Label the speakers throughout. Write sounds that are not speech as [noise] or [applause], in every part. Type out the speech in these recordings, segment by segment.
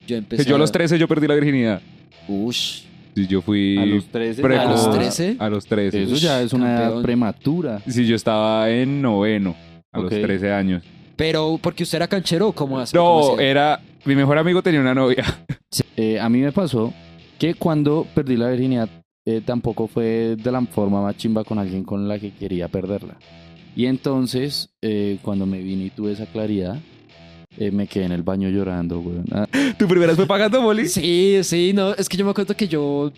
Speaker 1: Yo
Speaker 2: Que
Speaker 1: empecé.
Speaker 2: Pues yo a los 13 yo perdí la virginidad.
Speaker 1: Ush.
Speaker 2: Si yo fui...
Speaker 3: A los 13.
Speaker 2: precoz.
Speaker 1: ¿A los 13?
Speaker 2: A los 13.
Speaker 3: Eso ya es una edad
Speaker 1: Campeón.
Speaker 3: prematura.
Speaker 2: Si yo estaba en noveno, a
Speaker 3: Ok.
Speaker 2: los 13 años.
Speaker 1: Pero porque usted era canchero o cómo hace. ¿Cómo
Speaker 2: No, eh,
Speaker 1: hacía?
Speaker 2: era... Mi mejor amigo tenía una novia.
Speaker 3: Eh, a mí me pasó que cuando perdí la virginidad eh, tampoco fue de la forma más chimba con alguien con la que quería perderla. Y entonces, eh, cuando me vine y tuve esa claridad, eh, me quedé en el baño llorando, weón. Ah,
Speaker 2: ¿Tu primera fue pagando, Molly?
Speaker 1: Sí, sí, no, es que yo me acuerdo que yo.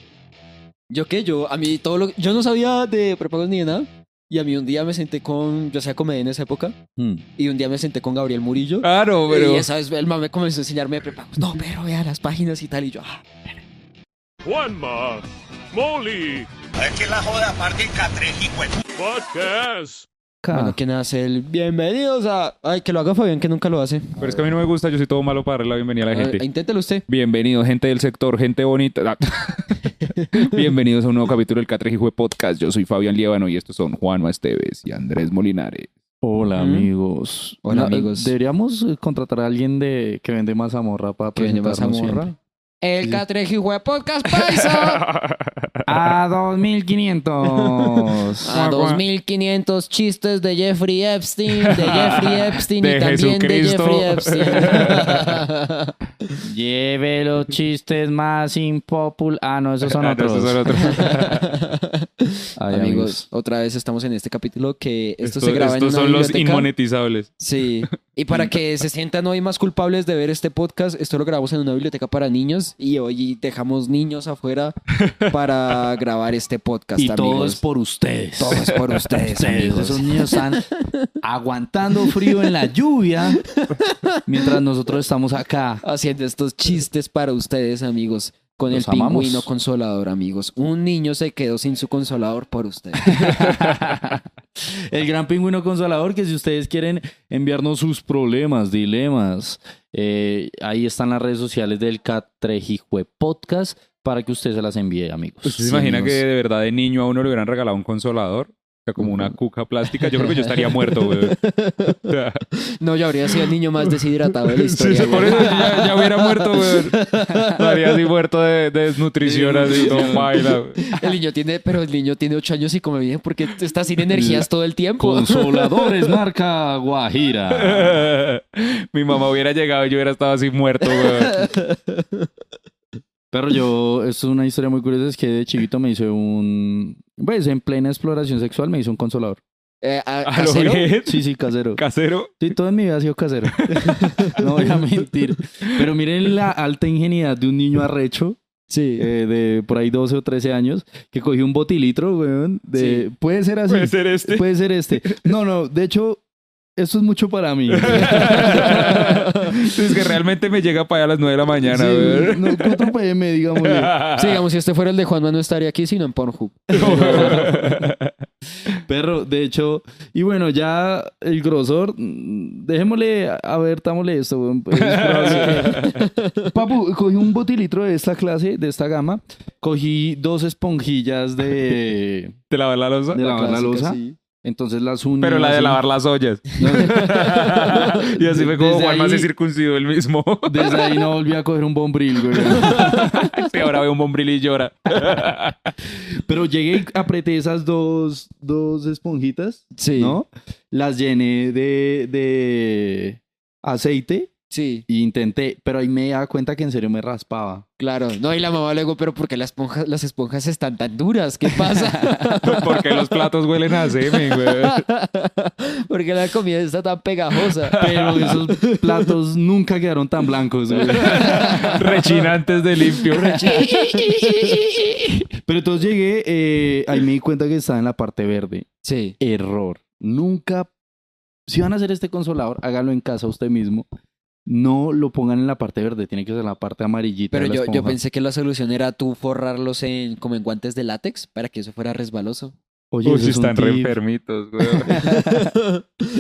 Speaker 1: ¿Yo qué? Yo, a mí todo lo. Yo no sabía de prepagos ni de nada. Y a mí un día me senté con. Yo hacía comedia en esa época.
Speaker 3: hmm.
Speaker 1: Y un día me senté con Gabriel Murillo.
Speaker 2: Ah, no, pero...
Speaker 1: Y esa vez el mame comenzó a enseñarme de prepagos. No, pero vea las páginas y tal. Y yo, ah,
Speaker 4: Juanma, Molly,
Speaker 5: Es que la joda aparte catrés y
Speaker 4: Podcast.
Speaker 3: Ah.
Speaker 1: bueno, ¿quién hace el bienvenidos a. Ay, que lo haga Fabián, que nunca lo hace.
Speaker 2: Pero es que a mí no me gusta, yo soy todo malo para darle la bienvenida a la
Speaker 1: A ver,
Speaker 2: gente.
Speaker 1: inténtelo usted.
Speaker 2: Bienvenidos, gente del sector, gente bonita. Ah. Bienvenidos a un nuevo capítulo del Catre Jijue Podcast. Yo soy Fabián Liévano y estos son Juanma Esteves y Andrés Molinares.
Speaker 3: Hola,
Speaker 1: ¿Mm?
Speaker 3: amigos.
Speaker 1: Hola,
Speaker 3: No, eh,
Speaker 1: amigos.
Speaker 3: Deberíamos eh, contratar a alguien de que vende mazamorra para
Speaker 1: Que vende
Speaker 3: presentarnos
Speaker 1: mazamorra.
Speaker 3: siempre.
Speaker 1: El Catreji Podcast Paisa.
Speaker 3: ¡A
Speaker 1: [laughs]
Speaker 3: 2500!
Speaker 1: A 2500 chistes de Jeffrey Epstein, de
Speaker 2: [laughs]
Speaker 1: Jeffrey Epstein
Speaker 2: De
Speaker 1: y también
Speaker 2: Jesucristo.
Speaker 1: de Jeffrey [laughs] Epstein.
Speaker 3: Lleve los chistes más impopulares. Ah, no, esos son
Speaker 2: [laughs] Ah, no,
Speaker 3: otros.
Speaker 2: esos son otros.
Speaker 3: Ay,
Speaker 1: amigos, otra vez estamos en este capítulo que esto
Speaker 2: Estos-
Speaker 1: se graba en
Speaker 2: estos
Speaker 1: una
Speaker 2: son los
Speaker 1: biblioteca.
Speaker 2: inmonetizables.
Speaker 1: Sí. Y para que se sientan hoy más culpables de ver este podcast, esto lo grabamos en una biblioteca para niños y hoy dejamos niños afuera para grabar este podcast.
Speaker 3: Y todo
Speaker 1: amigos.
Speaker 3: es por ustedes.
Speaker 1: Todo
Speaker 3: [laughs]
Speaker 1: es [laughs] por ustedes,
Speaker 3: Ustedes,
Speaker 1: amigos.
Speaker 3: esos niños están aguantando frío en la lluvia mientras nosotros estamos acá.
Speaker 1: haciendo estos chistes para ustedes, amigos. Con
Speaker 3: Los
Speaker 1: el pingüino
Speaker 3: amamos.
Speaker 1: consolador, amigos. Un niño se quedó sin su consolador por ustedes.
Speaker 3: El gran pingüino consolador que si ustedes quieren enviarnos sus problemas, dilemas, eh, ahí están las redes sociales del Catrejijue Podcast para que usted se las envíe, amigos.
Speaker 2: [laughs] ¿Usted Pues se
Speaker 1: Sí,
Speaker 2: imagina
Speaker 1: amigos.
Speaker 2: que de verdad de niño a uno le hubieran regalado un consolador? O sea, como una cuca plástica. Yo creo que yo estaría
Speaker 3: [laughs]
Speaker 2: muerto, güey. O sea,
Speaker 1: No, yo habría sido el niño más deshidratado
Speaker 3: [laughs]
Speaker 1: de la
Speaker 2: sí,
Speaker 1: historia.
Speaker 2: sí,
Speaker 1: güey.
Speaker 2: por eso ya, ya hubiera muerto, güey. Estaría así muerto de, de desnutrición, así, todo baila, güey.
Speaker 1: El niño tiene, pero el niño tiene ocho años y come bien porque está sin energías todo el tiempo.
Speaker 3: Consoladores marca Guajira.
Speaker 2: [laughs] Mi mamá hubiera llegado y yo hubiera estado así muerto,
Speaker 3: [laughs]
Speaker 2: güey.
Speaker 3: Pero yo, esto es una historia muy curiosa, es que de chiquito me hice un... Pues en plena exploración sexual me hice un consolador.
Speaker 1: Eh,
Speaker 3: [laughs]
Speaker 1: a-
Speaker 2: A lo
Speaker 1: casero.
Speaker 2: bien.
Speaker 3: Sí, sí, casero.
Speaker 2: Casero.
Speaker 3: Sí, todo en mi vida ha sido casero. [laughs] No voy a mentir. Pero miren la alta ingenuidad de un niño arrecho
Speaker 1: Sí.
Speaker 3: eh, de por ahí 12 o 13 años que cogió un botilitro, weón. De, Puede ser así.
Speaker 2: Puede ser este.
Speaker 3: Puede ser este. No, no, de hecho, esto es mucho
Speaker 2: [laughs]
Speaker 3: para mí.
Speaker 2: es que realmente me llega para allá a las 9 de la mañana.
Speaker 3: Sí,
Speaker 2: güey.
Speaker 3: no, 4 pm, digamos.
Speaker 1: Sí, digamos, si este fuera el de Juanma no estaría aquí, sino en Pornhub.
Speaker 3: Perro, de hecho, y bueno, ya el grosor, mm, dejémosle, a ver, támosle esto. weón. pues, Es probable. [laughs] Papu, cogí un botilitro de esta clase, de esta gama, cogí dos esponjillas de,
Speaker 2: ¿Te lavas la losa?
Speaker 3: de lavar la
Speaker 1: clásica,
Speaker 3: losa,
Speaker 1: sí.
Speaker 3: entonces las uní.
Speaker 2: Pero la de
Speaker 3: así.
Speaker 2: lavar las ollas. Mm, [laughs] y así fue como
Speaker 3: Desde
Speaker 2: Juan más se
Speaker 3: ahí-
Speaker 2: circuncidó el mismo.
Speaker 3: Desde ahí no volví a coger un bombril, güey. [laughs]
Speaker 2: y ahora ve un bombril y llora.
Speaker 3: Pero llegué y apreté esas dos, dos esponjitas,
Speaker 1: Sí.
Speaker 3: ¿no? Las llené de, de aceite.
Speaker 1: Sí,
Speaker 3: Y intenté, pero ahí me daba cuenta que en serio me raspaba.
Speaker 1: claro. No, y la mamá luego, pero porque las esponjas, las esponjas están tan duras? ¿Qué
Speaker 3: [laughs]
Speaker 1: pasa? [laughs]
Speaker 2: Porque los platos huelen a semen, güey.
Speaker 1: porque la comida está tan pegajosa.
Speaker 3: Pero esos platos nunca quedaron tan blancos, güey.
Speaker 2: Rechinantes de limpio.
Speaker 3: Pero entonces llegué, eh, ahí me di cuenta que estaba en la parte verde.
Speaker 1: Sí.
Speaker 3: Error. Nunca. Si van a hacer este consolador, hágalo en casa usted mismo. No lo pongan en la parte verde, tiene que ser en la parte amarillita.
Speaker 1: Pero
Speaker 3: de la
Speaker 1: yo, yo
Speaker 3: esponja.
Speaker 1: pensé que la solución era tú forrarlos en, como en guantes de látex para que eso fuera resbaloso.
Speaker 3: Oye,
Speaker 2: Uy,
Speaker 3: ese es un
Speaker 2: están re
Speaker 3: tip.
Speaker 2: enfermitos,
Speaker 3: [laughs]
Speaker 2: güey.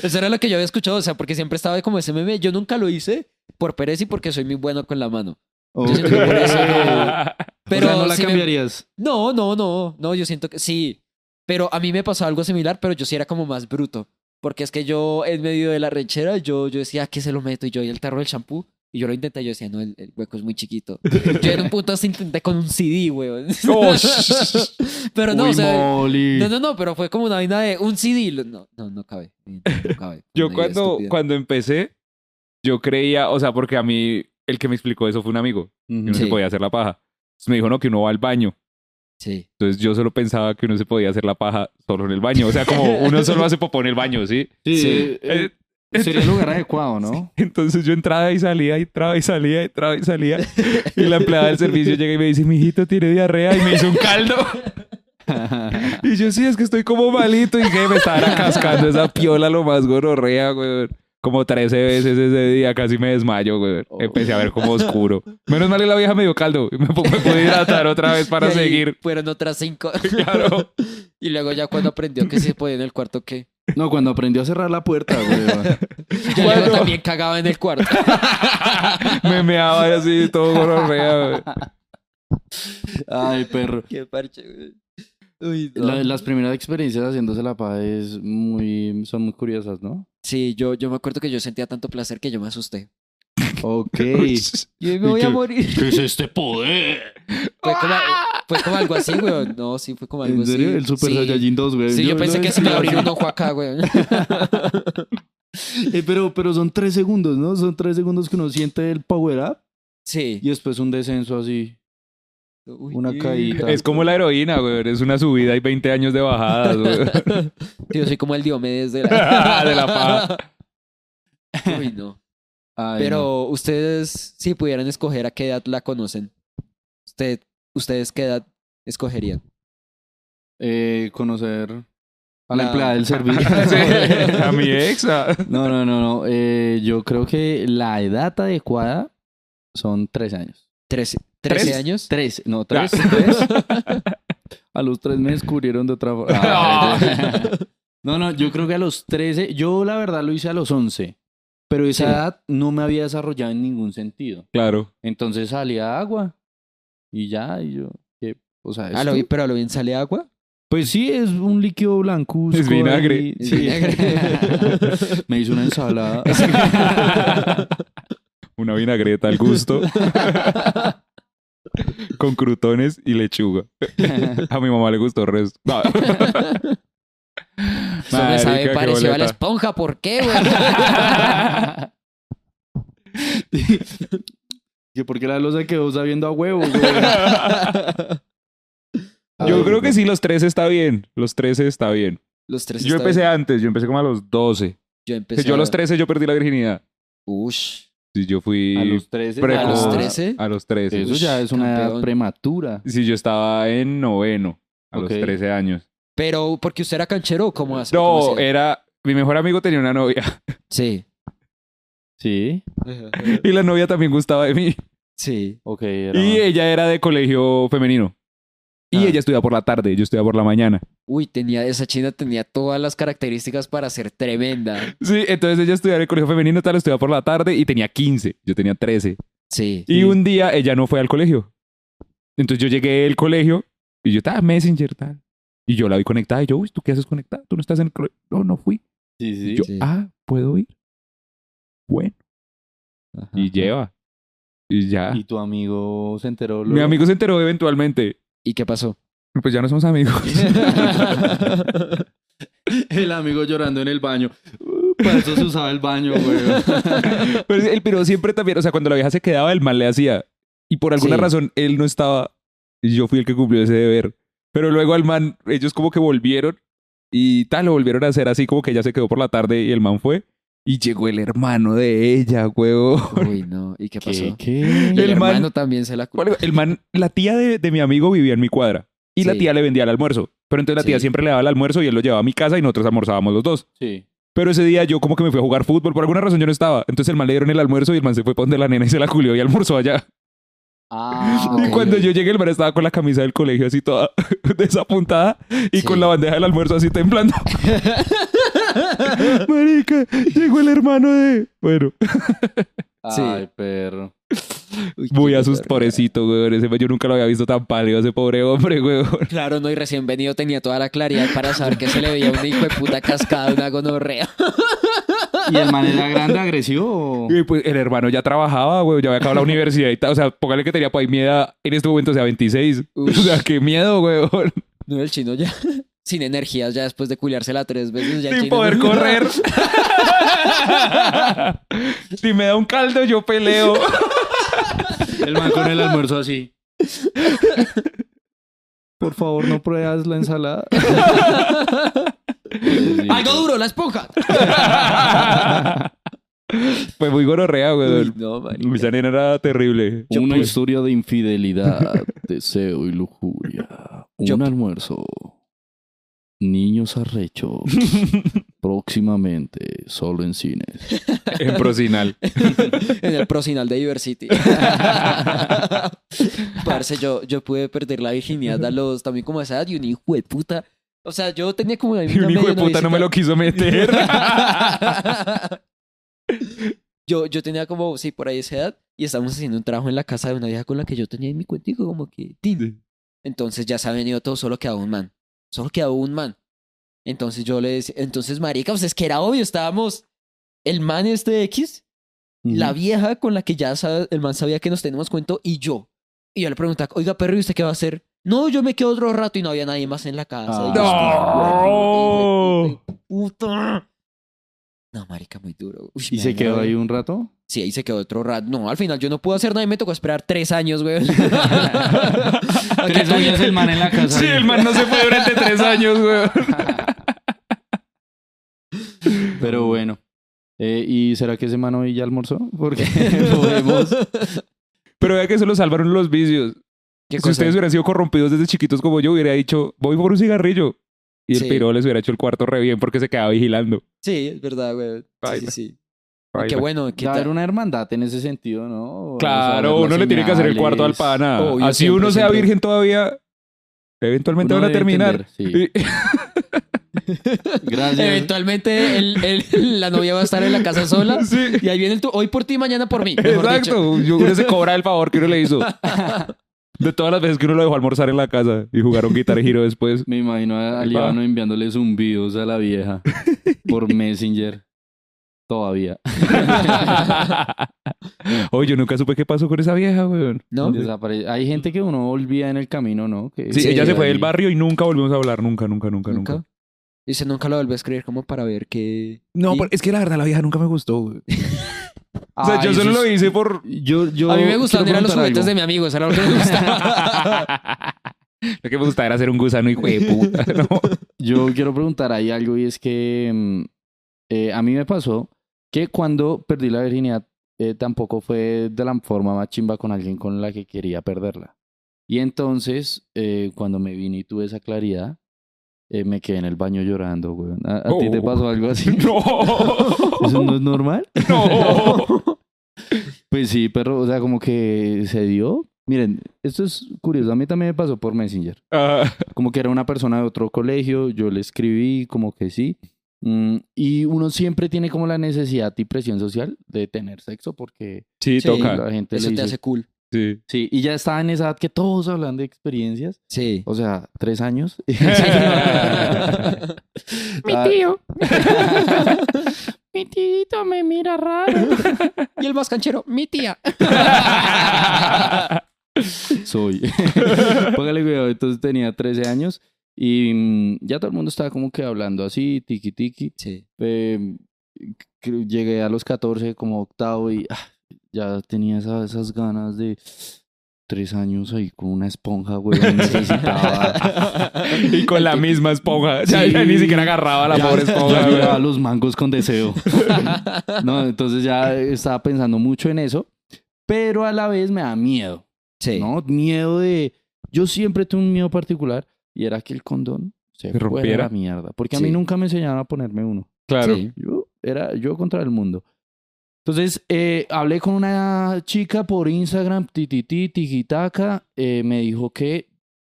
Speaker 1: Eso era lo que yo había escuchado, o sea, porque siempre estaba como ese meme. Yo nunca lo hice por Pérez y porque soy muy bueno con la mano. Yo siento que por
Speaker 3: [laughs]
Speaker 1: eso no-
Speaker 3: Pero
Speaker 1: Pero
Speaker 3: no la
Speaker 1: sí me-
Speaker 3: cambiarías.
Speaker 1: No, no, no, no, yo siento que sí. Pero a mí me pasó algo similar, pero yo sí era como más "Ah, bruto. Porque es que yo, en medio de la rechera, yo, yo decía, ¿a qué se lo meto? Y yo, y el tarro del champú. Y yo lo intenté, yo decía, no, el, el hueco es muy
Speaker 3: [laughs]
Speaker 1: chiquito. Yo en un punto hasta intenté con un CD, weón. [laughs]
Speaker 2: Oh,
Speaker 1: pero no,
Speaker 3: Uy,
Speaker 1: o sea,
Speaker 3: Molly.
Speaker 1: no, no, no, pero fue como una vaina de un CD. lo- No, no, no cabe. no cabe.
Speaker 2: Yo
Speaker 1: Una idea
Speaker 2: cuando,
Speaker 1: estúpida.
Speaker 2: cuando empecé, yo creía, o sea, porque a mí el que me explicó eso fue un amigo, que
Speaker 3: Ujú.
Speaker 2: uno
Speaker 1: Sí.
Speaker 2: se podía hacer la paja. Entonces me dijo, no, que uno va al baño.
Speaker 1: Sí.
Speaker 2: Entonces yo solo pensaba que uno se podía hacer la paja solo en el baño. O sea, como uno solo hace popó en el baño, ¿sí?
Speaker 3: Sí,
Speaker 1: Sí.
Speaker 3: eh, eh, sería el
Speaker 2: eh.
Speaker 3: lugar adecuado, ¿no?
Speaker 2: Entonces yo entraba y salía, y entraba y salía, y entraba y salía. Y la empleada del servicio llega y me dice, mijito, tiene diarrea, y me hizo
Speaker 1: [laughs]
Speaker 2: un caldo. Y yo, sí, es que estoy como malito. Y que me estaba cascando esa piola lo más gonorrea, güey. Como 13 veces ese día, casi me desmayo, güey.
Speaker 1: Oh.
Speaker 2: Empecé a ver como oscuro. Menos mal que la vieja me dio caldo. Me, pu- me pude hidratar otra vez
Speaker 1: [laughs]
Speaker 2: para
Speaker 1: Y ahí
Speaker 2: seguir.
Speaker 1: Fueron otras cinco. [laughs]
Speaker 2: Claro.
Speaker 1: y luego ya cuando aprendió que se podía en el cuarto, ¿qué?
Speaker 3: No, cuando aprendió a cerrar la puerta,
Speaker 1: [laughs]
Speaker 3: güey.
Speaker 1: Ya
Speaker 2: Bueno.
Speaker 1: luego también cagaba en el cuarto.
Speaker 2: Me meaba y así, todo gonorrea, güey.
Speaker 1: [laughs]
Speaker 3: Ay, perro.
Speaker 1: Qué parche, güey. Uy, no.
Speaker 3: La- las primeras experiencias haciéndose la paz es muy, son muy curiosas, ¿no?
Speaker 1: Sí, yo, yo me acuerdo que yo sentía tanto placer que yo me asusté. [laughs]
Speaker 3: Ok.
Speaker 1: Yo me voy
Speaker 3: ¿Y
Speaker 1: a
Speaker 3: qué?
Speaker 1: morir.
Speaker 3: ¿Qué es este poder?
Speaker 1: Fue como, fue como algo así, güey. No, sí, fue como algo
Speaker 3: ¿En serio?
Speaker 1: así.
Speaker 3: El Super
Speaker 1: sí.
Speaker 3: Saiyajin 2, güey.
Speaker 1: Sí, yo, pensé que se me abrió un ojo acá, güey.
Speaker 3: Eh, pero, pero son tres segundos, ¿no? Son tres segundos que uno siente el power up
Speaker 1: [laughs] Sí.
Speaker 3: y después un descenso así.
Speaker 1: Uy.
Speaker 3: Una caída.
Speaker 2: Es como la heroína, güey. Es una subida y 20 años de bajadas, güey.
Speaker 1: Sí, yo soy como el Diomedes de la,
Speaker 2: [laughs] De la paja.
Speaker 1: [laughs] Uy, no.
Speaker 3: Ay, no.
Speaker 1: Pero ustedes, si pudieran escoger a qué edad la conocen, usted, ¿ustedes qué edad escogerían?
Speaker 3: Eh, conocer a la
Speaker 1: La- [laughs]
Speaker 3: empleada del servicio.
Speaker 2: Sí,
Speaker 3: [laughs]
Speaker 2: a mi ex. a-
Speaker 3: No, no, no, no. Eh, yo creo que la edad adecuada son tres años.
Speaker 1: ¿Trece,
Speaker 2: ¿Tres?
Speaker 1: trece años?
Speaker 3: Tres, no, tres. tres. A los tres me descubrieron
Speaker 2: [laughs]
Speaker 3: de otra forma. no, no, yo creo que a los 13, yo la verdad lo hice a los 11, pero esa
Speaker 1: Sí.
Speaker 3: edad no me había desarrollado en ningún sentido.
Speaker 2: Claro.
Speaker 3: Entonces salía agua y ya, y yo, ¿qué? o sea,
Speaker 1: Ah, lo
Speaker 3: esto-
Speaker 1: vi, pero a lo bien sale agua.
Speaker 3: pues sí, es un líquido blancuzco.
Speaker 2: Es vinagre.
Speaker 3: ahí,
Speaker 1: Es
Speaker 3: sí.
Speaker 1: vinagre.
Speaker 3: [laughs] me hizo
Speaker 2: [laughs]
Speaker 3: una ensalada.
Speaker 2: Una vinagreta al [laughs] gusto. con crutones y lechuga. A mi mamá le gustó el resto. No. [laughs]
Speaker 1: Eso me
Speaker 2: Marica,
Speaker 1: sabe
Speaker 2: qué
Speaker 1: parecido a la
Speaker 2: boleta.
Speaker 1: esponja. ¿Por qué,
Speaker 2: [laughs]
Speaker 1: güey?
Speaker 3: [laughs] que porque la losa quedó sabiendo a
Speaker 2: [laughs]
Speaker 3: huevo, güey.
Speaker 2: Yo creo que sí, los 13 está bien. Los 13 está bien.
Speaker 1: Los tres.
Speaker 2: Yo
Speaker 1: estaban-
Speaker 2: empecé antes, yo empecé como a los 12.
Speaker 1: Yo empecé.
Speaker 2: yo a los 13 yo perdí la virginidad.
Speaker 1: Ush.
Speaker 2: Sí, yo fui
Speaker 3: A los 13.
Speaker 2: precoz.
Speaker 1: ¿A los 13?
Speaker 2: A los 13.
Speaker 3: Eso ya es una edad
Speaker 1: Campeón.
Speaker 3: prematura.
Speaker 2: Sí, yo estaba en noveno, a
Speaker 3: Ok.
Speaker 2: los 13 años.
Speaker 1: Pero porque usted era canchero, ¿o ¿cómo hace? ¿Cómo
Speaker 2: No, eh.
Speaker 1: hacía?
Speaker 2: era... Mi mejor amigo tenía una novia [laughs]
Speaker 1: Sí.
Speaker 3: Sí.
Speaker 2: y la novia también gustaba de mí.
Speaker 1: Sí.
Speaker 3: Ok. era-
Speaker 2: Y eh, ella era de colegio femenino. Y
Speaker 1: Ah.
Speaker 2: ella estudiaba por la tarde, yo estudiaba por la mañana.
Speaker 1: Uy, tenía, esa china tenía todas las características para ser tremenda.
Speaker 2: Sí, entonces ella estudiaba en el colegio femenino, tal, estudiaba por la tarde y tenía 15, yo tenía 13.
Speaker 1: Sí.
Speaker 2: Y un día ella no fue al colegio. Entonces yo llegué al colegio y yo estaba Messenger, tal. Y yo la vi conectada y yo, uy, ¿tú qué haces conectada? ¿Tú no estás en el colegio? No, no fui.
Speaker 3: Sí,
Speaker 2: Y
Speaker 3: sí.
Speaker 2: yo,
Speaker 1: Sí.
Speaker 2: ah, ¿puedo ir? Bueno,
Speaker 3: Ajá.
Speaker 2: y lleva. Y ya.
Speaker 3: Y tu amigo se enteró.
Speaker 2: Mi amigo se enteró eventualmente.
Speaker 1: ¿Y qué pasó?
Speaker 2: Pues ya no somos amigos.
Speaker 3: [laughs] [laughs] el amigo llorando en el baño. Uh, para eso se usaba el baño,
Speaker 2: [laughs]
Speaker 3: güey.
Speaker 2: Pero el piro siempre también, o sea, cuando la vieja se quedaba, el mal le hacía. Y por alguna
Speaker 1: Sí.
Speaker 2: razón él no estaba. Y yo fui el que cumplió ese deber. Pero luego al man, ellos como que volvieron y tal, lo volvieron a hacer así, como que ella se quedó por la tarde y el man fue. Y llegó el hermano de ella, huevo.
Speaker 1: Uy, no. ¿Y qué pasó?
Speaker 3: ¿Qué?
Speaker 1: Y El,
Speaker 2: El man-
Speaker 1: hermano también se la culpa.
Speaker 2: El man, la tía de, de mi amigo vivía en mi cuadra. Y la
Speaker 1: Sí.
Speaker 2: tía le vendía el almuerzo. Pero entonces la tía
Speaker 1: Sí.
Speaker 2: siempre le daba el almuerzo y él lo llevaba a mi casa y nosotros almorzábamos los dos.
Speaker 3: Sí.
Speaker 2: Pero ese día yo como que me fui a jugar fútbol. Por alguna razón yo no estaba. Entonces el man le dieron el almuerzo y el man se fue para donde la nena y se la culió y almorzó allá. [laughs]
Speaker 3: Ah,
Speaker 1: Y
Speaker 2: Y
Speaker 3: ok.
Speaker 2: cuando yo llegué, el man estaba con la camisa del colegio así toda [laughs] desapuntada y
Speaker 1: Sí.
Speaker 2: con la bandeja del almuerzo así temblando. [laughs] Marica, llegó el hermano de. Bueno,
Speaker 3: Ay, perro.
Speaker 1: Uy, qué
Speaker 2: muy
Speaker 1: pesar.
Speaker 2: asustado, pobrecito, weón. Ese, yo nunca lo había visto tan pálido, ese pobre hombre, weón.
Speaker 1: Claro, no, y recién venido tenía toda la claridad para saber que se le veía un hijo de puta cascada, una gonorrea.
Speaker 3: ¿Y el man era grande, agresivo? o-
Speaker 1: Oh.
Speaker 2: Y pues el hermano ya trabajaba, güey, ya había acabado la universidad y tal. O sea, póngale que tenía para ahí mi edad en este momento, o sea, 26.
Speaker 1: Ush.
Speaker 2: O sea, qué miedo, güey.
Speaker 1: No, el chino ya. [laughs] Sin energías, ya después de culiársela tres veces. [laughs] Ya el
Speaker 2: Sin
Speaker 1: chino- [laughs]
Speaker 2: poder correr. [laughs] si me da un caldo, yo peleo.
Speaker 3: El man con el almuerzo así. Por favor, no pruebas la ensalada.
Speaker 1: ¡Algo duro, la esponja!
Speaker 2: [laughs] Fue muy gonorrea, güey.
Speaker 1: Uy, no, marica.
Speaker 2: Esa nena era terrible.
Speaker 3: Una historia de infidelidad, deseo y lujuria. Un
Speaker 1: Yo-
Speaker 3: almuerzo. Niños [laughs] arrechos. Próximamente, solo en cines.
Speaker 2: En [laughs] procinal.
Speaker 1: En el procinal de
Speaker 2: [laughs]
Speaker 1: Diversity. Parce, yo, yo pude perder la virginidad a los también como a esa edad y un hijo de puta. O sea, yo tenía como una
Speaker 2: Y un hijo de puta no me lo quiso [laughs] meter.
Speaker 1: yo, yo tenía como, sí, por ahí esa edad y estábamos haciendo un trabajo en la casa de una vieja con la que yo tenía en mi cuentico, como que... tin. Entonces ya se ha venido todo, solo quedaba un man. Solo quedaba un man. Entonces yo le decía, entonces marica, pues es que era obvio, estábamos el man este X la vieja con la que ya sa- el man sabía que nos teníamos cuento y yo. Y yo le preguntaba, oiga, perro, ¿y usted qué va a hacer? No, yo me quedo otro rato y no había nadie más en la casa. Y yo,
Speaker 2: Ah.
Speaker 1: "Hijo de puta, hijo de puta". No, marica, muy duro. Uy,
Speaker 3: ¿Y
Speaker 1: me
Speaker 3: se
Speaker 1: dañó
Speaker 3: quedó
Speaker 1: la
Speaker 3: ahí
Speaker 1: vida.
Speaker 3: un rato?
Speaker 1: Sí, ahí se quedó otro rato. No, al final yo no pude hacer nada y me tocó esperar tres años, güey. [laughs]
Speaker 3: Tres años el man en la casa.
Speaker 2: Sí, el man no se fue durante tres años, güey.
Speaker 3: Pero bueno. Eh, ¿Y será que ese man hoy ya almorzó? [laughs] Porque podemos.
Speaker 2: Pero vea que se lo salvaron los vicios.
Speaker 1: ¿Qué
Speaker 2: Si
Speaker 1: cosa?
Speaker 2: ustedes hubieran sido corrompidos desde chiquitos como yo, hubiera dicho, voy por un cigarrillo. Y el
Speaker 1: Sí.
Speaker 2: piro les hubiera hecho el cuarto re bien porque se quedaba vigilando.
Speaker 1: Sí, es verdad, güey. Sí, sí,
Speaker 2: Baila.
Speaker 1: sí.
Speaker 2: Ay,
Speaker 1: Qué
Speaker 2: man.
Speaker 1: bueno. ¿qué
Speaker 3: Debe
Speaker 1: [laughs]
Speaker 3: haber
Speaker 1: tal?
Speaker 3: una hermandad en ese sentido, ¿no?
Speaker 2: Claro, uno le tiene que hacer el cuarto al pana.
Speaker 1: Obvio,
Speaker 2: Así
Speaker 1: siempre,
Speaker 2: uno sea
Speaker 1: siempre.
Speaker 2: virgen todavía, eventualmente van a terminar. [laughs] Y-
Speaker 3: Gracias.
Speaker 1: Eventualmente el- el- la novia va a estar en la casa
Speaker 2: [laughs]
Speaker 1: sola.
Speaker 2: Sí.
Speaker 1: Y ahí viene el tu hoy por ti, mañana por mí. mejor dicho.
Speaker 2: Exacto. Yo- Uno [laughs] se cobra el favor que uno le hizo. De todas las veces que uno lo dejó almorzar en la casa y jugaron guitar giro [laughs] después.
Speaker 3: Me imagino a a Líbano enviándole zumbidos a la vieja
Speaker 2: [laughs]
Speaker 3: por Messenger. Todavía.
Speaker 2: Oye, yo nunca supe qué pasó con esa vieja, weón.
Speaker 1: ¿No?
Speaker 3: Desapare- Hay gente que uno olvida en el camino, ¿no? Que
Speaker 2: Sí,
Speaker 1: Sí,
Speaker 2: ella se fue del
Speaker 3: ahí.
Speaker 2: barrio y nunca volvimos a hablar. Nunca, nunca, nunca, nunca.
Speaker 1: Nunca. Dice, nunca lo vuelve a escribir como para ver que...
Speaker 2: No,
Speaker 1: ¿Y?
Speaker 2: pero es que la verdad la vieja nunca me gustó, güey. [laughs] O sea,
Speaker 3: Ah,
Speaker 2: yo
Speaker 3: eso
Speaker 2: solo
Speaker 3: es-
Speaker 2: lo hice por...
Speaker 3: Yo, yo
Speaker 1: a mí me gustaban
Speaker 3: quiero
Speaker 1: eran los
Speaker 3: preguntar
Speaker 1: juguetes
Speaker 3: algo.
Speaker 1: de mi amigo, eso era lo que me gustaba.
Speaker 2: [laughs] Lo que me gustaba era ser un gusano, hijo de puta. [laughs] ¿no?
Speaker 3: Yo quiero preguntar ahí algo y es que mm, eh, a mí me pasó que cuando perdí la virginidad eh, tampoco fue de la forma más chimba con alguien con la que quería perderla. Y entonces, eh, cuando me vine y tuve esa claridad, eh, me quedé en el baño llorando, güey. ¿A, a ti te
Speaker 2: Oh.
Speaker 3: pasó
Speaker 2: [laughs]
Speaker 3: algo así?
Speaker 2: No.
Speaker 3: ¿Eso no es normal?
Speaker 2: [laughs] No.
Speaker 3: Pues sí, pero, o sea, como que se dio. Miren, esto es curioso. A mí también me pasó por Messenger.
Speaker 2: Ah,
Speaker 3: como que era una persona de otro colegio, yo le escribí como que sí. Mm, y uno siempre tiene como la necesidad y presión social de tener sexo porque
Speaker 2: sí,
Speaker 1: Sí.
Speaker 2: toca.
Speaker 3: la gente
Speaker 1: Eso
Speaker 3: le
Speaker 1: te
Speaker 3: dice-
Speaker 1: hace cool.
Speaker 2: Sí.
Speaker 3: Sí, y ya estaba en esa edad que todos hablan de experiencias,
Speaker 1: Sí.
Speaker 3: o sea,
Speaker 1: [laughs]
Speaker 3: tres años. [laughs]
Speaker 6: Mi
Speaker 3: Ah. [laughs]
Speaker 6: tío. Mi tío me mira raro.
Speaker 1: Y el más canchero, mi tía.
Speaker 3: Soy.
Speaker 1: [laughs]
Speaker 3: Póngale cuidado, entonces tenía 13 años y mm, ya todo el mundo estaba como que hablando así, tiki tiki.
Speaker 1: Sí.
Speaker 3: eh, creo- llegué a los 14 como octavo y ah, ya tenía esa- esas ganas de tres años ahí con una esponja, güey.
Speaker 2: [laughs]
Speaker 3: Necesitaba.
Speaker 2: Y con la misma esponja. O sea, ya ni siquiera agarraba la
Speaker 3: Ya-
Speaker 2: pobre esponja.
Speaker 3: ya
Speaker 2: güey.
Speaker 3: miraba los mangos con deseo. no, entonces ya estaba pensando mucho en eso, pero a la vez me da miedo,
Speaker 1: Sí.
Speaker 3: ¿no? Miedo de... Yo siempre tuve un miedo particular y era que el condón se
Speaker 2: Se
Speaker 3: rompiera
Speaker 2: rompiera.
Speaker 3: la mierda, porque a mí
Speaker 1: Sí.
Speaker 3: nunca me enseñaron a ponerme uno.
Speaker 2: Claro.
Speaker 1: Sí.
Speaker 3: Yo era yo contra el mundo. Entonces, eh, hablé con una chica por Instagram, tititi, tijitaca, eh, me dijo que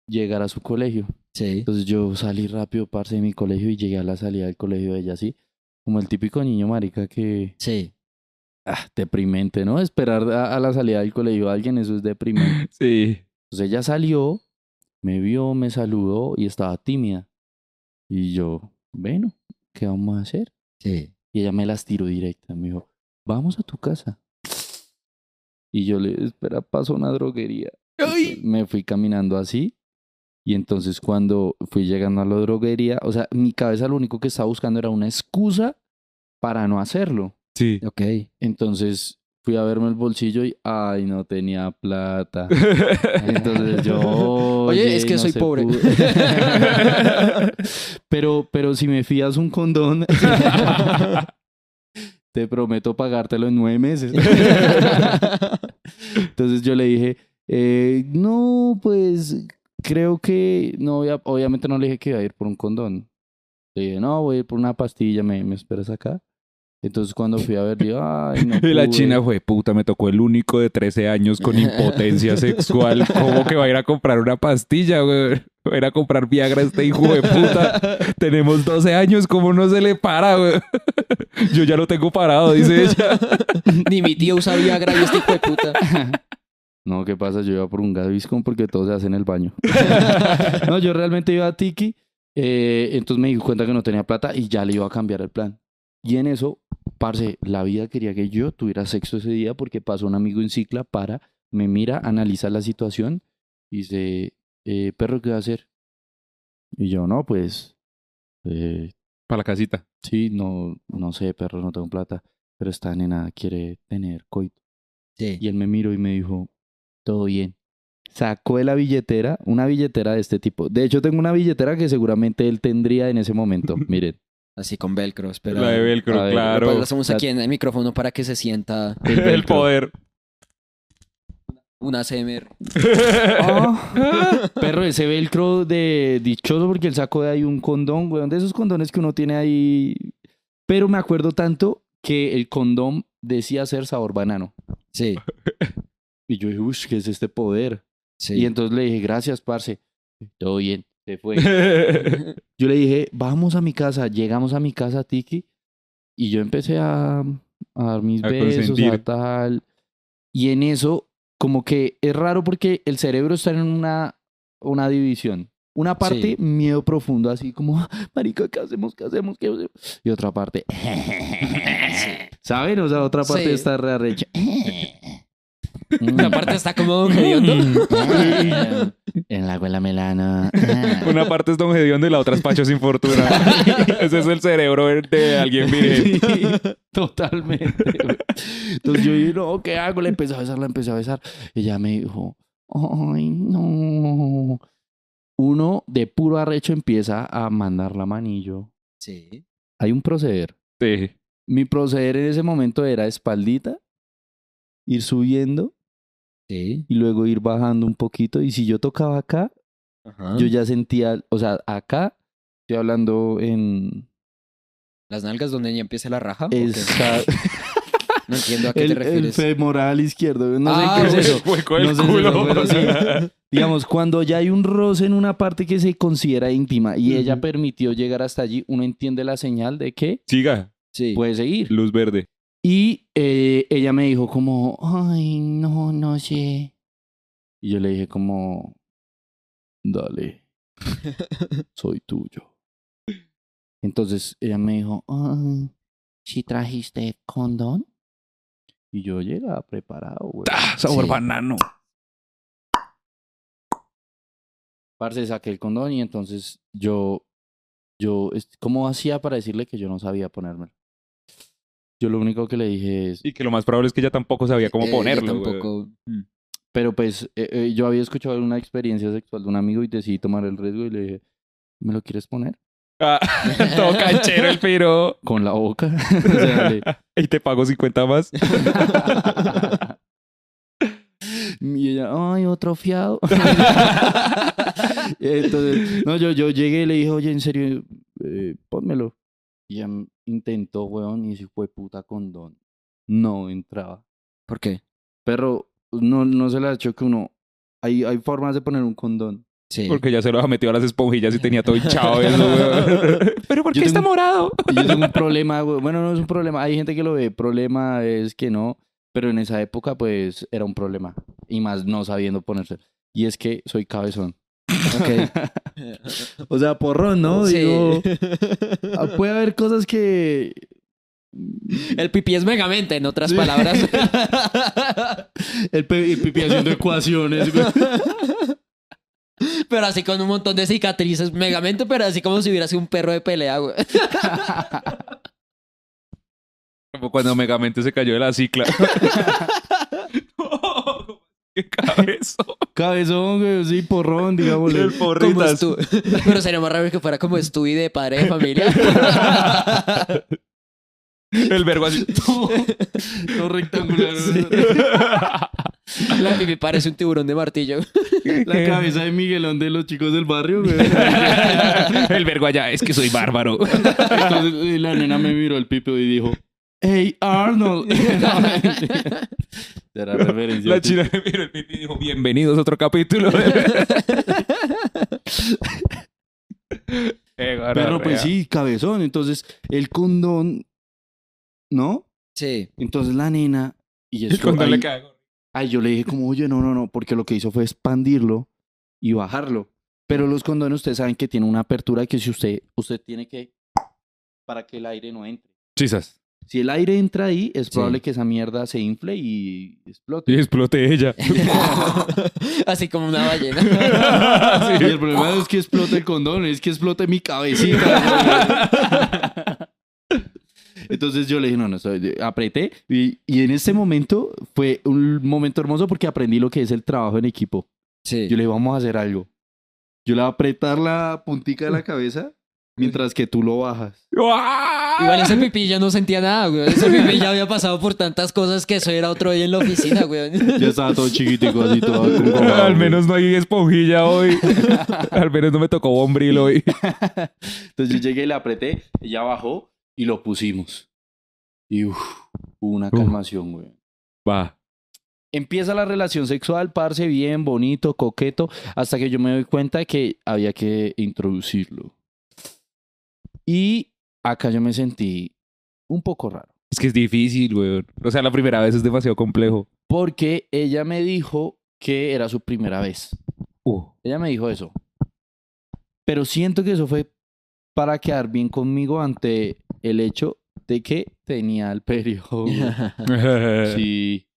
Speaker 3: llegara a su colegio.
Speaker 1: Sí.
Speaker 3: Entonces yo salí rápido, parce, de mi colegio y llegué a la salida del colegio de ella así, como el típico niño marica que,
Speaker 1: Sí.
Speaker 3: ah, deprimente, ¿no? Esperar a, a la salida del colegio a alguien, eso es deprimente.
Speaker 2: [laughs] Sí.
Speaker 3: Entonces ella salió, me vio, me saludó y estaba tímida. Y yo, bueno, ¿qué vamos a hacer?
Speaker 1: Sí.
Speaker 3: Y ella me las tiró directa. Me dijo, vamos a tu casa. Y yo le, espera, paso a una droguería. Me fui caminando así. Y entonces cuando fui llegando a la droguería, o sea, mi cabeza lo único que estaba buscando era una excusa para no hacerlo.
Speaker 2: Sí.
Speaker 1: Ok.
Speaker 3: Entonces fui a verme el bolsillo y, ay, no tenía plata. Entonces yo...
Speaker 1: [laughs] Oye, es que
Speaker 3: no
Speaker 1: soy
Speaker 3: se
Speaker 1: pobre.
Speaker 3: pudo. [laughs] pero, pero si me fías un condón, [laughs] te prometo pagártelo en nueve meses. [laughs] Entonces yo le dije, eh, no, pues creo que, no, voy a- obviamente no le dije que iba a ir por un condón. Le dije, no, voy a ir por una pastilla, ¿me, me esperas acá? Entonces cuando fui a ver, digo, ay, no.
Speaker 2: [laughs] Y la
Speaker 3: pude".
Speaker 2: china, fue puta, me tocó el único de 13 años con [laughs] impotencia sexual. ¿Cómo que va a ir a comprar una pastilla, güey? Va a ir a comprar Viagra este hijo de [laughs] puta. Tenemos 12 años, ¿cómo no se le para, güey? Yo ya lo tengo parado, dice ella.
Speaker 1: Ni mi tío usa Viagra y este hijo de puta.
Speaker 3: No, ¿qué pasa? Yo iba por un Gaviscon porque todo se hace en el baño. no, yo realmente iba a Tiki. eh, entonces me di cuenta que no tenía plata y ya le iba a cambiar el plan. Y en eso, parce, la vida quería que yo tuviera sexo ese día porque pasó un amigo en cicla para, me mira, analiza la situación y dice, eh, perro, ¿qué va a hacer? Y yo, no, pues, eh,
Speaker 2: Para la casita.
Speaker 3: sí, no, no sé, perro, no tengo plata, pero esta nena quiere tener coito. Y
Speaker 1: Sí.
Speaker 3: él me miró y me dijo, todo bien. Sacó de la billetera, una billetera de este tipo. De hecho, tengo una billetera que seguramente él tendría en ese momento. Miren,
Speaker 1: Así con velcro, espera.
Speaker 2: la de
Speaker 3: a
Speaker 2: Velcro,
Speaker 3: ver,
Speaker 1: Lo
Speaker 2: claro.
Speaker 1: pasamos
Speaker 3: La-
Speaker 1: aquí en el micrófono para que se sienta
Speaker 3: el,
Speaker 2: El
Speaker 3: velcro.
Speaker 2: poder.
Speaker 1: una CMR.
Speaker 3: Ah, [laughs] perro, ese velcro de dichoso porque él sacó de ahí un condón, weón, de esos condones que uno tiene ahí. Pero me acuerdo tanto que el condón decía ser sabor banano.
Speaker 1: Sí,
Speaker 3: Y yo dije, uff, ¿qué es este poder? Y
Speaker 1: sí.
Speaker 3: entonces le dije, gracias, parce. Todo bien, se fue.
Speaker 2: [laughs]
Speaker 3: Yo le dije, vamos a mi casa, llegamos a mi casa, Tiki, y yo empecé a, a dar mis
Speaker 2: A
Speaker 3: besos,
Speaker 2: consentir.
Speaker 3: a tal. Y en eso, como que es raro porque el cerebro está en una, una división. Una parte,
Speaker 1: Sí.
Speaker 3: miedo profundo, así como, "Ah, marica, ¿qué hacemos? ¿Qué hacemos? ¿Qué hacemos?". Y
Speaker 1: [laughs]
Speaker 3: otra parte, ¿saben? O sea, otra parte
Speaker 1: Sí.
Speaker 3: está re arrecha.
Speaker 1: [laughs] La parte [laughs] está
Speaker 2: [laughs]
Speaker 1: como hediondo.
Speaker 3: [laughs] en la abuela melana. [laughs]
Speaker 2: Una parte es Don Gedeón y la otra es Pacho sin [laughs] fortuna. Ese es el cerebro de alguien virgen.
Speaker 3: Sí,
Speaker 1: [laughs]
Speaker 3: totalmente. güey. Entonces yo dije, no, ¿qué hago? La empecé a besar, la empecé a besar. Ella me dijo, ay, no. Uno de puro arrecho empieza a mandar la manillo.
Speaker 1: Sí.
Speaker 3: Hay un proceder.
Speaker 2: Sí.
Speaker 3: Mi proceder en ese momento era espaldita, ir subiendo
Speaker 1: Sí.
Speaker 3: y luego ir bajando un poquito. Y si yo tocaba acá,
Speaker 1: Ajá.
Speaker 3: yo ya sentía, o sea, acá, estoy hablando en...
Speaker 1: Las nalgas donde ya empieza la raja. ¿o qué?
Speaker 3: esa-
Speaker 1: No entiendo a Ah, qué te
Speaker 3: el, el
Speaker 1: refieres.
Speaker 3: femoral izquierdo. No
Speaker 1: Ah,
Speaker 3: sé qué es
Speaker 1: bueno.
Speaker 3: eso.
Speaker 2: Hueco del
Speaker 3: No sé si
Speaker 2: culo.
Speaker 3: lo- pero sí. Digamos, cuando ya hay un roce en una parte que se considera íntima y ella permitió llegar hasta allí, uno entiende la señal de que
Speaker 2: Chica,
Speaker 1: sí.
Speaker 3: puede seguir.
Speaker 2: luz verde.
Speaker 3: Y eh, ella me dijo como, ay, no, no sé. Y yo le dije como, dale, soy tuyo. Entonces ella me dijo, ay, ¿sí trajiste condón? Y yo llegaba preparado, güey.
Speaker 1: sabor
Speaker 2: banano.
Speaker 3: Parce, saqué el condón y entonces yo, yo, es- ¿cómo hacía para decirle que yo no sabía ponérmelo? Yo lo único que le dije es,
Speaker 2: Y que lo más probable es que ella tampoco sabía cómo
Speaker 1: Eh, yo
Speaker 2: ponerlo. güey.
Speaker 1: Tampoco. Mm.
Speaker 3: pero pues eh, eh, yo había escuchado una experiencia sexual de un amigo y decidí tomar el riesgo y le dije, ¿me lo quieres poner?
Speaker 2: Ah, [laughs] todo canchero el piro.
Speaker 3: Con la boca. [laughs] O sea, le-
Speaker 2: Y te pago 50 más.
Speaker 3: y ella, ay, otro fiado. [laughs] Entonces, no, yo, yo llegué y le dije, oye, en serio, eh, pónmelo. Y ella m- intentó, weón, y se fue puta condón. No entraba.
Speaker 1: ¿Por qué?
Speaker 3: Pero pues, no, no se le ha hecho que uno. Hay, hay formas de poner un condón.
Speaker 1: Sí.
Speaker 2: Porque ya se lo metió a las esponjillas y tenía todo hinchado eso, güey. [laughs] Pero ¿por
Speaker 3: Yo
Speaker 2: qué está
Speaker 3: tengo-
Speaker 2: morado?
Speaker 3: Y yo tengo un problema, weón. Bueno, no es un problema. Hay gente que lo ve. Problema es que no. Pero en esa época, pues, era un problema. Y más no sabiendo ponerse. Y es que soy cabezón. O sea, porrón, ¿no?
Speaker 1: Sí.
Speaker 3: Digo, ah, puede haber cosas que
Speaker 1: [laughs] El pipí es megamente, en otras palabras.
Speaker 3: [laughs]
Speaker 2: [laughs]
Speaker 3: El, pe- el pipi haciendo ecuaciones, güey.
Speaker 1: pero así con un montón de cicatrices. Megamente, pero así como si hubiera sido un perro de pelea, güey.
Speaker 2: Como cuando Megamente se cayó de la [laughs] cicla. No, ¡Qué cabeza!
Speaker 3: Cabezón, güey, sí, porrón, digámosle.
Speaker 2: El
Speaker 1: Como
Speaker 2: porritas.
Speaker 1: Stu. [laughs] Pero sería más raro que fuera como Stewie de padre de familia. [laughs]
Speaker 2: El verbo así.
Speaker 3: Todo, todo rectangular.
Speaker 1: Sí. La pipí parece un tiburón de martillo.
Speaker 2: Eh.
Speaker 3: La cabeza de Miguelón de los chicos del barrio, güey.
Speaker 2: [laughs] El vergo allá, es que soy bárbaro.
Speaker 3: Entonces y la nena me miró el pipo y dijo, hey, Arnold. [laughs] No, mentira. Será referencia.
Speaker 2: La china [laughs] me miró el pipí y dijo, bienvenidos a otro capítulo. [laughs] de-". Eh,
Speaker 3: Pero pues sí, cabezón. Entonces, el condón, ¿no?
Speaker 1: Sí.
Speaker 3: Entonces la nena... Y eso,
Speaker 2: El condón
Speaker 3: ahí-
Speaker 2: le cae gordo.
Speaker 3: Ay, yo le dije como, oye, no, no, no, porque lo que hizo fue expandirlo y bajarlo. Pero los condones, ustedes saben que tiene una apertura que si usted, usted tiene que... para que el aire no entre.
Speaker 2: Chisas.
Speaker 3: Si el aire entra ahí, es probable que esa mierda se infle y explote.
Speaker 2: Y exploté [laughs] ella.
Speaker 1: [laughs] Así como una ballena.
Speaker 3: [laughs] Y el problema es que explote el condón, es que explote mi cabecita. [laughs] Entonces yo le dije, no, no, soy- apreté. Y, y en ese momento fue un momento hermoso porque aprendí lo que es el trabajo en equipo.
Speaker 1: Sí.
Speaker 3: Yo le dije, vamos a hacer algo. Yo le voy a apretar la puntica [laughs] de la cabeza mientras que tú lo bajas.
Speaker 1: Igual ese pipí ya no sentía nada, güey. Ese pipí ya había pasado por tantas cosas que eso era otro día en la oficina, güey.
Speaker 3: Ya estaba todo chiquitico así, [laughs] todo acongojado,
Speaker 2: Al
Speaker 3: güey.
Speaker 2: menos no hay esponjilla hoy. [laughs] Al menos no me tocó bombril hoy.
Speaker 3: Entonces yo llegué y le apreté, ella bajó y lo pusimos. Y uf, hubo una calmación, güey.
Speaker 2: [laughs] Va.
Speaker 3: Empieza la relación sexual, parce, bien, bonito, coqueto, hasta que yo me doy cuenta que había que introducirlo. Y acá yo me sentí un poco raro,
Speaker 2: Es que es difícil, weón. O sea, la primera vez es demasiado complejo.
Speaker 3: porque ella me dijo que era su primera vez.
Speaker 2: [laughs] Uh.
Speaker 3: Ella me dijo eso. Pero siento que eso fue para quedar bien conmigo ante el hecho de que tenía el [laughs] periodo.
Speaker 2: Sí,
Speaker 3: Sí.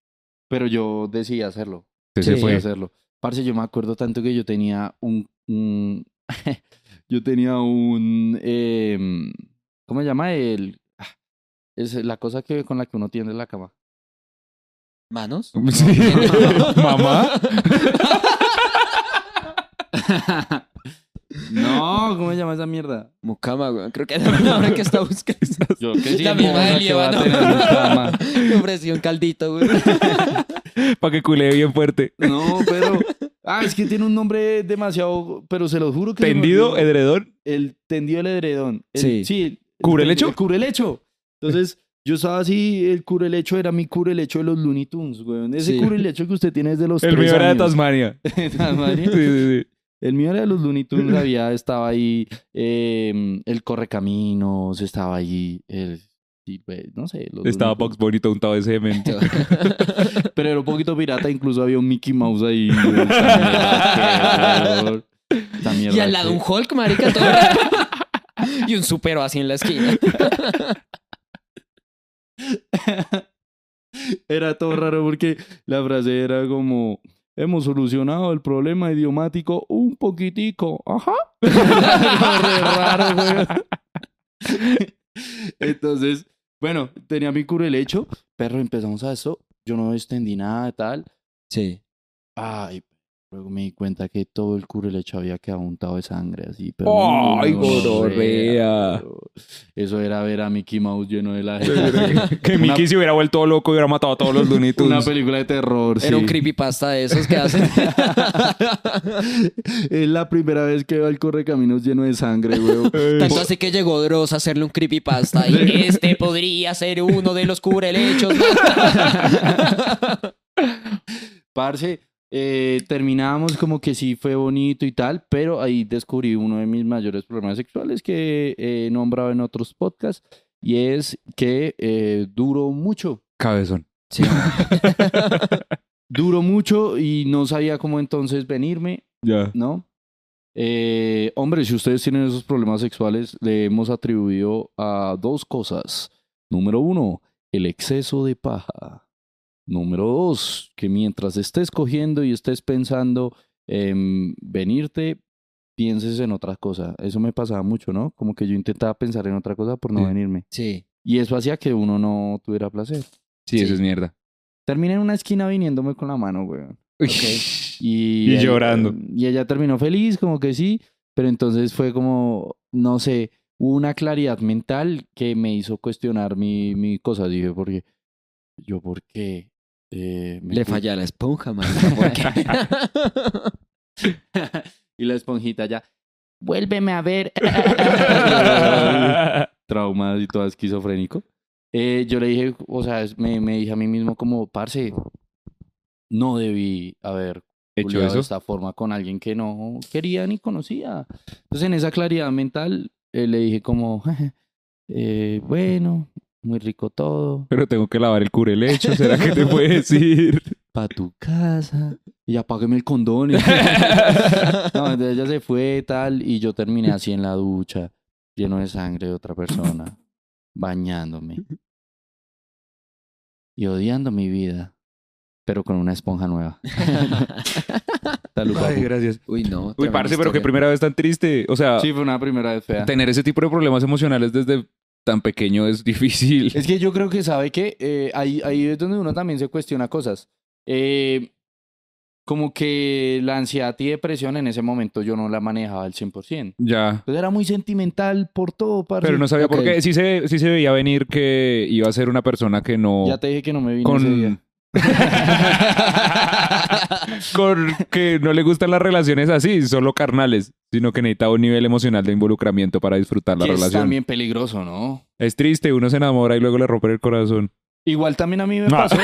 Speaker 3: Pero yo decidí hacerlo.
Speaker 2: se
Speaker 1: Sí.
Speaker 2: fue.
Speaker 3: hacerlo. Parce, yo me acuerdo tanto que yo tenía un... un- [laughs] yo tenía un... em, ¿Cómo se llama? El... ah, Es la cosa que, con la que uno tiende la cama.
Speaker 1: [laughs] [laughs] ¿Manos?
Speaker 2: [laughs] Sí. Mamá.
Speaker 3: No, ¿cómo se llama esa mierda?
Speaker 1: Mucama, güey. Creo [laughs] que es la palabra que está buscando. [laughs]
Speaker 3: Yo, [laughs] ¿qué
Speaker 1: La misma
Speaker 3: cosa
Speaker 1: de
Speaker 3: que va a
Speaker 1: Líbano.
Speaker 3: tener mi cama?
Speaker 1: Me ofreció un caldito, güey.
Speaker 2: Para que culé bien fuerte.
Speaker 3: No, pero... Ah, es que tiene un nombre demasiado... Pero se lo juro que... se me
Speaker 2: Tendido,
Speaker 3: olvidó.
Speaker 2: edredón.
Speaker 3: el Pues, tendido el edredón. El-
Speaker 1: Sí.
Speaker 3: sí.
Speaker 2: ¿Cubrelecho?
Speaker 3: El cubrelecho. Entonces, yo estaba así, el cubrelecho era mi cubrelecho de los Looney Tunes, weón. Ese
Speaker 1: Sí.
Speaker 3: cubrelecho que usted tiene es de los
Speaker 2: El
Speaker 3: tres
Speaker 2: mío era de
Speaker 3: años. [laughs]
Speaker 2: Tasmania. Sí,
Speaker 3: Tasmania.
Speaker 2: sí, sí.
Speaker 3: El mío era de los Looney Tunes, había, estaba ahí eh, el correcaminos, estaba ahí el... sí, pues, No sé, los
Speaker 2: Estaba
Speaker 3: Looney
Speaker 2: Box Bonito untado de semen.
Speaker 3: Tunes. Pero era un poquito pirata, incluso había un Mickey Mouse ahí. weón. Esta mierda, qué horror. Esta mierda,
Speaker 1: Y al lado
Speaker 3: qué-
Speaker 1: un Hulk, marica. [laughs] Todo... y un supero así en la esquina.
Speaker 3: Era todo raro porque la frase era como, hemos solucionado el problema idiomático un poquitico. Ajá. Era re raro, güey. Entonces, bueno, tenía mi curelecho, pero empezamos a eso. Yo no extendí nada tal.
Speaker 1: Sí.
Speaker 3: Ay, luego me di cuenta que todo el curelecho había quedado untado de sangre así. Pero
Speaker 2: ¡Ay,
Speaker 3: no, no, no,
Speaker 2: gonorrea!
Speaker 3: pero Eso era ver a Mickey Mouse lleno de la
Speaker 2: que Mickey se hubiera vuelto loco y hubiera matado a todos los Looney
Speaker 3: [laughs] Una
Speaker 2: Tunes.
Speaker 3: película de terror.
Speaker 1: Era un
Speaker 3: sí.
Speaker 1: creepypasta de esos que [laughs] hacen.
Speaker 3: es la primera vez que va al correcaminos lleno de sangre, güey.
Speaker 1: Tanto así que llegó Dross a hacerle un creepypasta. Y este podría ser uno de los cubrelechos.
Speaker 3: [laughs]
Speaker 1: [laughs]
Speaker 3: Parce, eh, terminamos como que sí fue bonito y tal, pero ahí descubrí uno de mis mayores problemas sexuales que eh, he nombrado en otros podcasts y es que eh, duró mucho.
Speaker 2: Cabezón.
Speaker 1: Sí.
Speaker 3: Duró mucho y no sabía cómo entonces venirme,
Speaker 2: Ya.
Speaker 3: ¿no? Eh, hombre, si ustedes tienen esos problemas sexuales, le hemos atribuido a dos cosas. Número uno, el exceso de paja. Número dos, que mientras estés cogiendo y estés pensando en venirte, pienses en otra cosa. Eso me pasaba mucho, ¿no? Como que yo intentaba pensar en otra cosa por no
Speaker 2: Sí.
Speaker 3: venirme.
Speaker 1: Sí.
Speaker 3: Y eso hacía que uno no tuviera placer.
Speaker 2: Sí,
Speaker 1: Sí.
Speaker 2: eso es mierda.
Speaker 3: Terminé en una esquina viniéndome con la mano, güey. Y,
Speaker 2: Y
Speaker 3: él-
Speaker 2: llorando.
Speaker 3: Y ella terminó feliz, como que sí, pero entonces fue como, no sé, hubo una claridad mental que me hizo cuestionar mi, mi cosa. Dije, porque yo, ¿por qué? Eh, me
Speaker 1: Le
Speaker 3: cu-
Speaker 1: falla la esponja, man. ¿Por qué?
Speaker 3: Y la esponjita ya, vuélveme a ver. [laughs] Trauma y todo esquizofrénico. Eh, yo le dije, o sea, es- me, me dije a mí mismo como, parce, no debí haber
Speaker 2: Hecho
Speaker 3: culiado de
Speaker 2: eso.
Speaker 3: esta forma con alguien que no quería ni conocía. Entonces, en esa claridad mental, eh, le dije como, [laughs] eh, bueno, muy rico todo,
Speaker 2: Pero tengo que lavar el curelecho. ¿Será que te puede decir?
Speaker 3: pa' tu casa, y apágueme el [laughs] condón. no, entonces ella se fue, tal, y yo terminé así en la ducha, lleno de sangre de otra persona, bañándome. Y odiando mi vida, pero con una esponja [laughs] nueva. [laughs] Salud, papu.
Speaker 2: gracias.
Speaker 1: Uy, no.
Speaker 2: Uy,
Speaker 1: tremenda
Speaker 2: parce, pero qué
Speaker 1: historia.
Speaker 2: primera vez tan triste. O sea,
Speaker 3: Sí, fue una primera vez fea.
Speaker 2: tener ese tipo de problemas emocionales desde tan pequeño es difícil.
Speaker 3: Es que yo creo que sabe que eh, ahí, ahí es donde uno también se cuestiona cosas. Eh, como que la ansiedad y depresión en ese momento yo no la manejaba al 100%.
Speaker 2: Ya.
Speaker 3: Pues era muy sentimental por todo, parce.
Speaker 2: Pero no sabía
Speaker 1: Ok.
Speaker 2: por qué. Sí se, sí se veía venir que iba a ser una persona que no.
Speaker 3: Ya te dije que no me vine ese
Speaker 2: con.
Speaker 3: día.
Speaker 2: con que no le gustan las relaciones así, solo carnales, sino que necesita un nivel emocional de involucramiento para disfrutar la
Speaker 3: Que es
Speaker 2: relación.
Speaker 3: también peligroso, ¿no?
Speaker 2: Es triste, uno se enamora y luego le rompe el corazón.
Speaker 3: Igual también a mí me
Speaker 2: No. [laughs]
Speaker 3: pasó.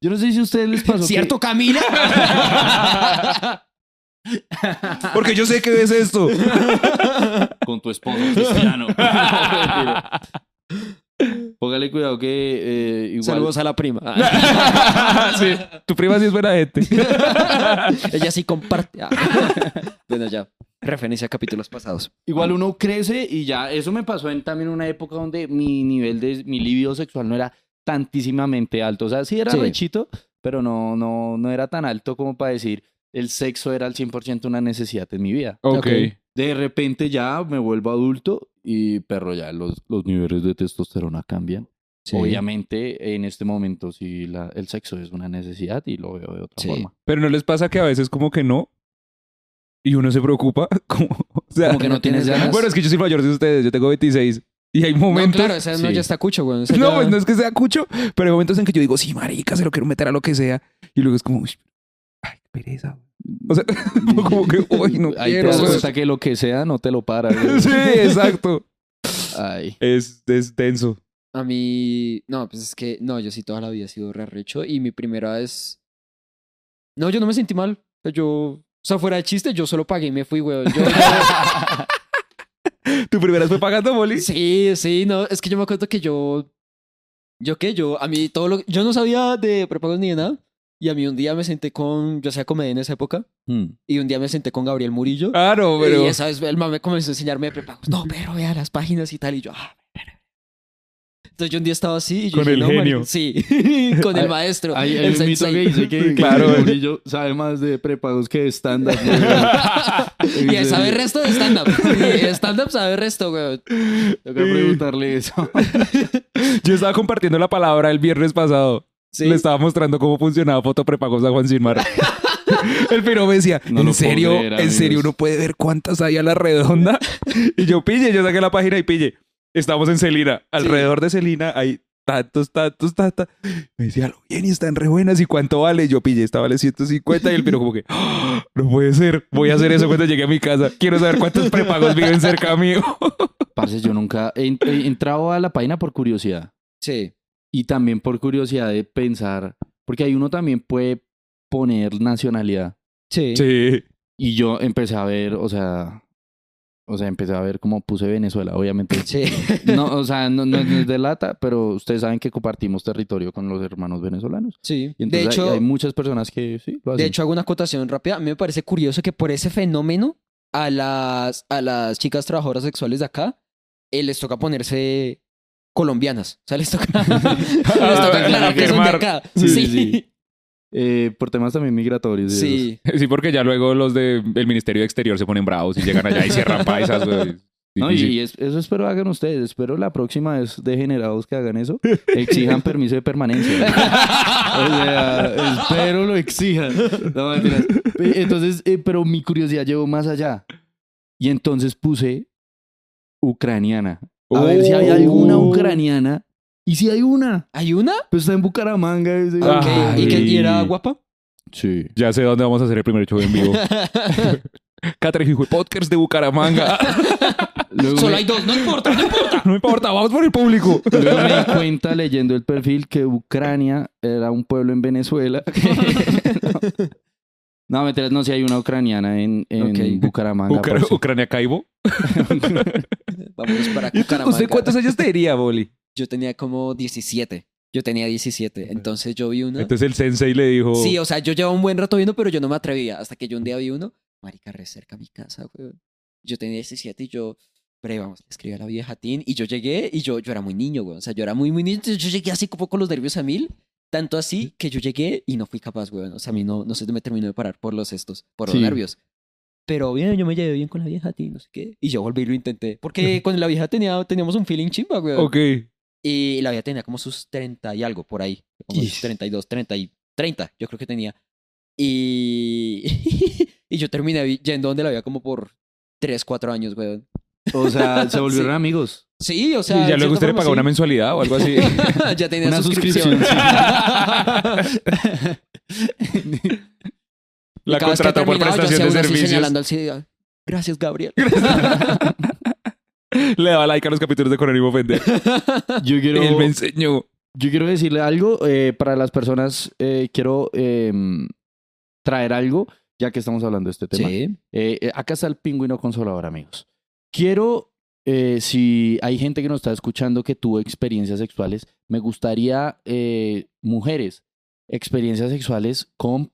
Speaker 3: yo no sé si a ustedes les pasó. que-
Speaker 1: ¿Cierto, [laughs] Camila?
Speaker 2: Porque yo sé que ves esto.
Speaker 3: con tu esposo cristiano. [laughs] Póngale cuidado que eh, igual...
Speaker 1: Saludos a la prima.
Speaker 2: [laughs]
Speaker 1: [laughs]
Speaker 2: Sí, Tu prima sí es buena gente.
Speaker 1: Ella sí comparte. Ah. [laughs] bueno, ya. Referencia a capítulos pasados.
Speaker 3: Igual uno crece y ya, eso me pasó en también una época donde mi nivel de, mi libido sexual no era tantísimamente alto. O sea, sí era
Speaker 1: Sí.
Speaker 3: rechito, pero no, no, no era tan alto como para decir el sexo era al 100% una necesidad en mi vida.
Speaker 2: Ok.
Speaker 3: De repente ya me vuelvo adulto y perro ya los, los niveles de testosterona cambian. Obviamente en este momento sí la- el sexo es una necesidad y lo veo de otra
Speaker 1: Sí.
Speaker 3: forma.
Speaker 2: Pero no les pasa que a veces como que no. Y uno se preocupa. [laughs] Como, o sea,
Speaker 1: Como que no tienes ganas.
Speaker 2: Bueno, es que yo soy mayor de ustedes, yo tengo 26. Y hay
Speaker 1: No,
Speaker 2: momentos.
Speaker 1: claro, esa no
Speaker 3: Sí.
Speaker 1: ya está cucho, güey. Esa
Speaker 2: No,
Speaker 1: ya-
Speaker 2: pues no es que sea cucho, pero hay momentos en que yo digo, sí, marica, se lo quiero meter a lo que sea. Y luego es como, uy, ay, qué pereza. O sea, [laughs] como que, uy, no
Speaker 3: Ahí te
Speaker 2: quiero.
Speaker 3: das
Speaker 2: güey".
Speaker 3: cuenta que lo que sea no te lo
Speaker 2: [laughs]
Speaker 3: para. güey.
Speaker 2: Sí, exacto.
Speaker 3: Ay.
Speaker 2: Es, es denso.
Speaker 1: A mí, no, pues es que, no, yo sí toda la vida he sido re arrecho y mi primera vez, no, yo no me sentí mal, yo, o sea, fuera de chiste, yo solo pagué y me fui, güey. Yo- yo-
Speaker 2: ¿Tu primera vez fue pagando, Molly?
Speaker 1: sí, sí, no, es que yo me acuerdo que yo, yo qué, yo, a mí todo lo, yo no sabía de prepagos ni de nada y a mí un día me senté con, yo hacía comedia en esa época
Speaker 3: Hmm.
Speaker 1: y un día me senté con Gabriel Murillo
Speaker 2: Claro, Ah, pero.
Speaker 1: y esa vez el man me comenzó a enseñarme de prepagos, no, pero vea las páginas y tal y yo, ah, verga. entonces yo un día estaba así y yo
Speaker 2: Con
Speaker 1: dije,
Speaker 2: el
Speaker 1: "No, marica".
Speaker 2: genio.
Speaker 1: sí, [laughs] con el [laughs]
Speaker 3: Ay,
Speaker 1: maestro.
Speaker 3: Hay, hay
Speaker 1: el
Speaker 3: un mito
Speaker 1: sensei.
Speaker 3: que
Speaker 1: [laughs]
Speaker 3: dice que
Speaker 2: Claro.
Speaker 3: claro, eh. Murillo sabe más de prepagos que de estándar.
Speaker 1: [laughs]
Speaker 3: güey. En
Speaker 1: Y él sabe
Speaker 3: serio,
Speaker 1: resto de stand-up. Sí, stand-up sabe resto, güey.
Speaker 3: Toca preguntarle eso.
Speaker 2: Yo estaba compartiendo la palabra el viernes pasado.
Speaker 1: Sí.
Speaker 2: Le estaba mostrando cómo funcionaba foto prepagos a Juan
Speaker 3: [laughs]
Speaker 2: Silmar. El piro me decía,
Speaker 3: No lo
Speaker 2: en
Speaker 3: puedo
Speaker 2: serio,
Speaker 3: creer,
Speaker 2: en
Speaker 3: amigos".
Speaker 2: serio, uno puede ver cuántas hay a la
Speaker 3: [laughs]
Speaker 2: redonda. Y yo pille, yo saqué la página y pille. Estamos en Celina. Alrededor de Celina hay tantos, tantos, tantas. Me decía, lo bien y están re buenas. ¿Y cuánto vale? Yo pille, esta vale 150. Y el piro como que, "Ah, no puede ser. Voy a hacer eso cuando llegue a mi casa. Quiero saber cuántos prepagos viven cerca mío.
Speaker 3: [laughs] Parce, yo nunca he, en- he entrado a la página por curiosidad.
Speaker 1: Sí.
Speaker 3: Y también por curiosidad de pensar. Porque ahí uno también puede poner nacionalidad.
Speaker 1: Sí.
Speaker 2: Sí.
Speaker 3: Y yo empecé a ver, o sea... O sea, empecé a ver cómo puse Venezuela, [laughs] obviamente.
Speaker 1: Sí.
Speaker 3: No, o sea, no, no- no es de lata, pero ustedes saben que compartimos territorio con los hermanos venezolanos.
Speaker 1: Sí. de
Speaker 3: Y entonces hay-
Speaker 1: hecho,
Speaker 3: hay, muchas personas que Ah, sí lo hacen.
Speaker 1: de hecho, hago una acotación rápida. A mí me parece curioso que por ese fenómeno a las, a las chicas trabajadoras sexuales de acá eh, les toca ponerse colombianas. O sea, les toca, [laughs] les toca
Speaker 2: Ah,
Speaker 1: aclarar que son de
Speaker 2: afirmar.
Speaker 1: acá.
Speaker 3: Sí,
Speaker 1: Sí,
Speaker 3: sí,
Speaker 1: sí. [laughs]
Speaker 3: sí. Eh, por temas también migratorios. y esos.
Speaker 2: Sí, porque ya luego los de- del Ministerio de Exterior se ponen bravos y llegan allá y cierran paisas. güey.
Speaker 3: No, y,
Speaker 2: Difícil.
Speaker 3: y es- eso espero hagan ustedes. Espero la próxima es degenerados que hagan [laughs] eso. Exijan permiso de permanencia. [laughs] o sea, espero lo exijan. No, mentiras. Eh, Entonces, eh, pero mi curiosidad llevó más allá. Y entonces puse ucraniana. A ver si hay alguna
Speaker 2: Oh.
Speaker 3: ucraniana. Y si hay una,
Speaker 1: ¿Hay una?
Speaker 3: pues está en Bucaramanga. y dice,
Speaker 1: Ok. ¿Y,
Speaker 2: Ay.
Speaker 1: qué- y era guapa? [laughs]
Speaker 3: Sí.
Speaker 2: Ya sé dónde vamos a hacer el primer show en [laughs] vivo. Catrejijo Podcast de Bucaramanga.
Speaker 3: Luego
Speaker 1: Solo
Speaker 3: me-
Speaker 1: hay dos, no importa. no importa.
Speaker 2: [laughs] no importa, vamos por el público.
Speaker 3: Luego me di cuenta leyendo el perfil que Ucrania era un pueblo en Venezuela. [laughs] no, mentiras, no, si hay una ucraniana en, en
Speaker 1: Ok.
Speaker 3: Bucaramanga.
Speaker 2: Ucra-
Speaker 3: parce.
Speaker 2: Ucrania Caibo.
Speaker 1: Vamos para Cucaramanga.
Speaker 2: ¿Usted cuántos años tenía, Boli?
Speaker 1: Yo tenía como 17. Yo tenía 17. Entonces yo vi una.
Speaker 2: Entonces el sensei le dijo...
Speaker 1: Sí, o sea, yo llevaba un buen rato viendo, pero yo no me atrevía. Hasta que yo un día vi uno, marica, re cerca a mi casa, weón. Yo tenía 17 y yo, pero vamos, le escribí a la vieja Tin. Y yo llegué y yo, yo era muy niño, weón. O sea, yo era muy, muy niño. Entonces yo llegué así como con los nervios a mil. Tanto así que yo llegué y no fui capaz, weón. O sea, a mí no, no se me terminó de parar por los estos, por los
Speaker 3: Sí.
Speaker 1: nervios. Pero bien, yo me llevé bien con la vieja Tin, no sé qué. Y yo volví y lo intenté. Porque con la vieja tenía, teníamos un feeling chimba, weón.
Speaker 2: Ok.
Speaker 1: Y la vida tenía como sus 30 y algo por ahí. Como sus
Speaker 3: Ish.
Speaker 1: 32, 30 y 30, yo creo que tenía. Y, [laughs] y yo terminé vi- yendo donde la había como por 3, 4 años, weón.
Speaker 3: [laughs] O sea, se volvieron
Speaker 1: Sí.
Speaker 3: amigos.
Speaker 1: Sí, o sea.
Speaker 2: y ya
Speaker 1: de
Speaker 2: luego usted
Speaker 1: cierta
Speaker 2: le pagó una
Speaker 1: forma,
Speaker 2: mensualidad o algo así.
Speaker 1: sí. [laughs] ya tenía
Speaker 3: Una
Speaker 1: suscripción. [laughs]
Speaker 2: [laughs] La
Speaker 1: Cada vez que
Speaker 2: contrató por
Speaker 1: terminaba, yo
Speaker 2: prestación
Speaker 1: hacía uno así
Speaker 2: de servicios.
Speaker 1: señalando al CD, Gracias, Gabriel.
Speaker 2: [laughs] Le daba like a los capítulos de Coronimo [laughs] Fender.
Speaker 3: Yo quiero,
Speaker 2: Él me enseñó.
Speaker 3: yo quiero decirle algo eh, para las personas. eh, quiero eh, traer algo, ya que estamos hablando de este tema.
Speaker 1: Sí.
Speaker 3: Eh, eh, acá está el pingüino consolador, amigos. Quiero, eh, si hay gente que nos está escuchando que tuvo experiencias sexuales, me gustaría, eh, mujeres, experiencias sexuales con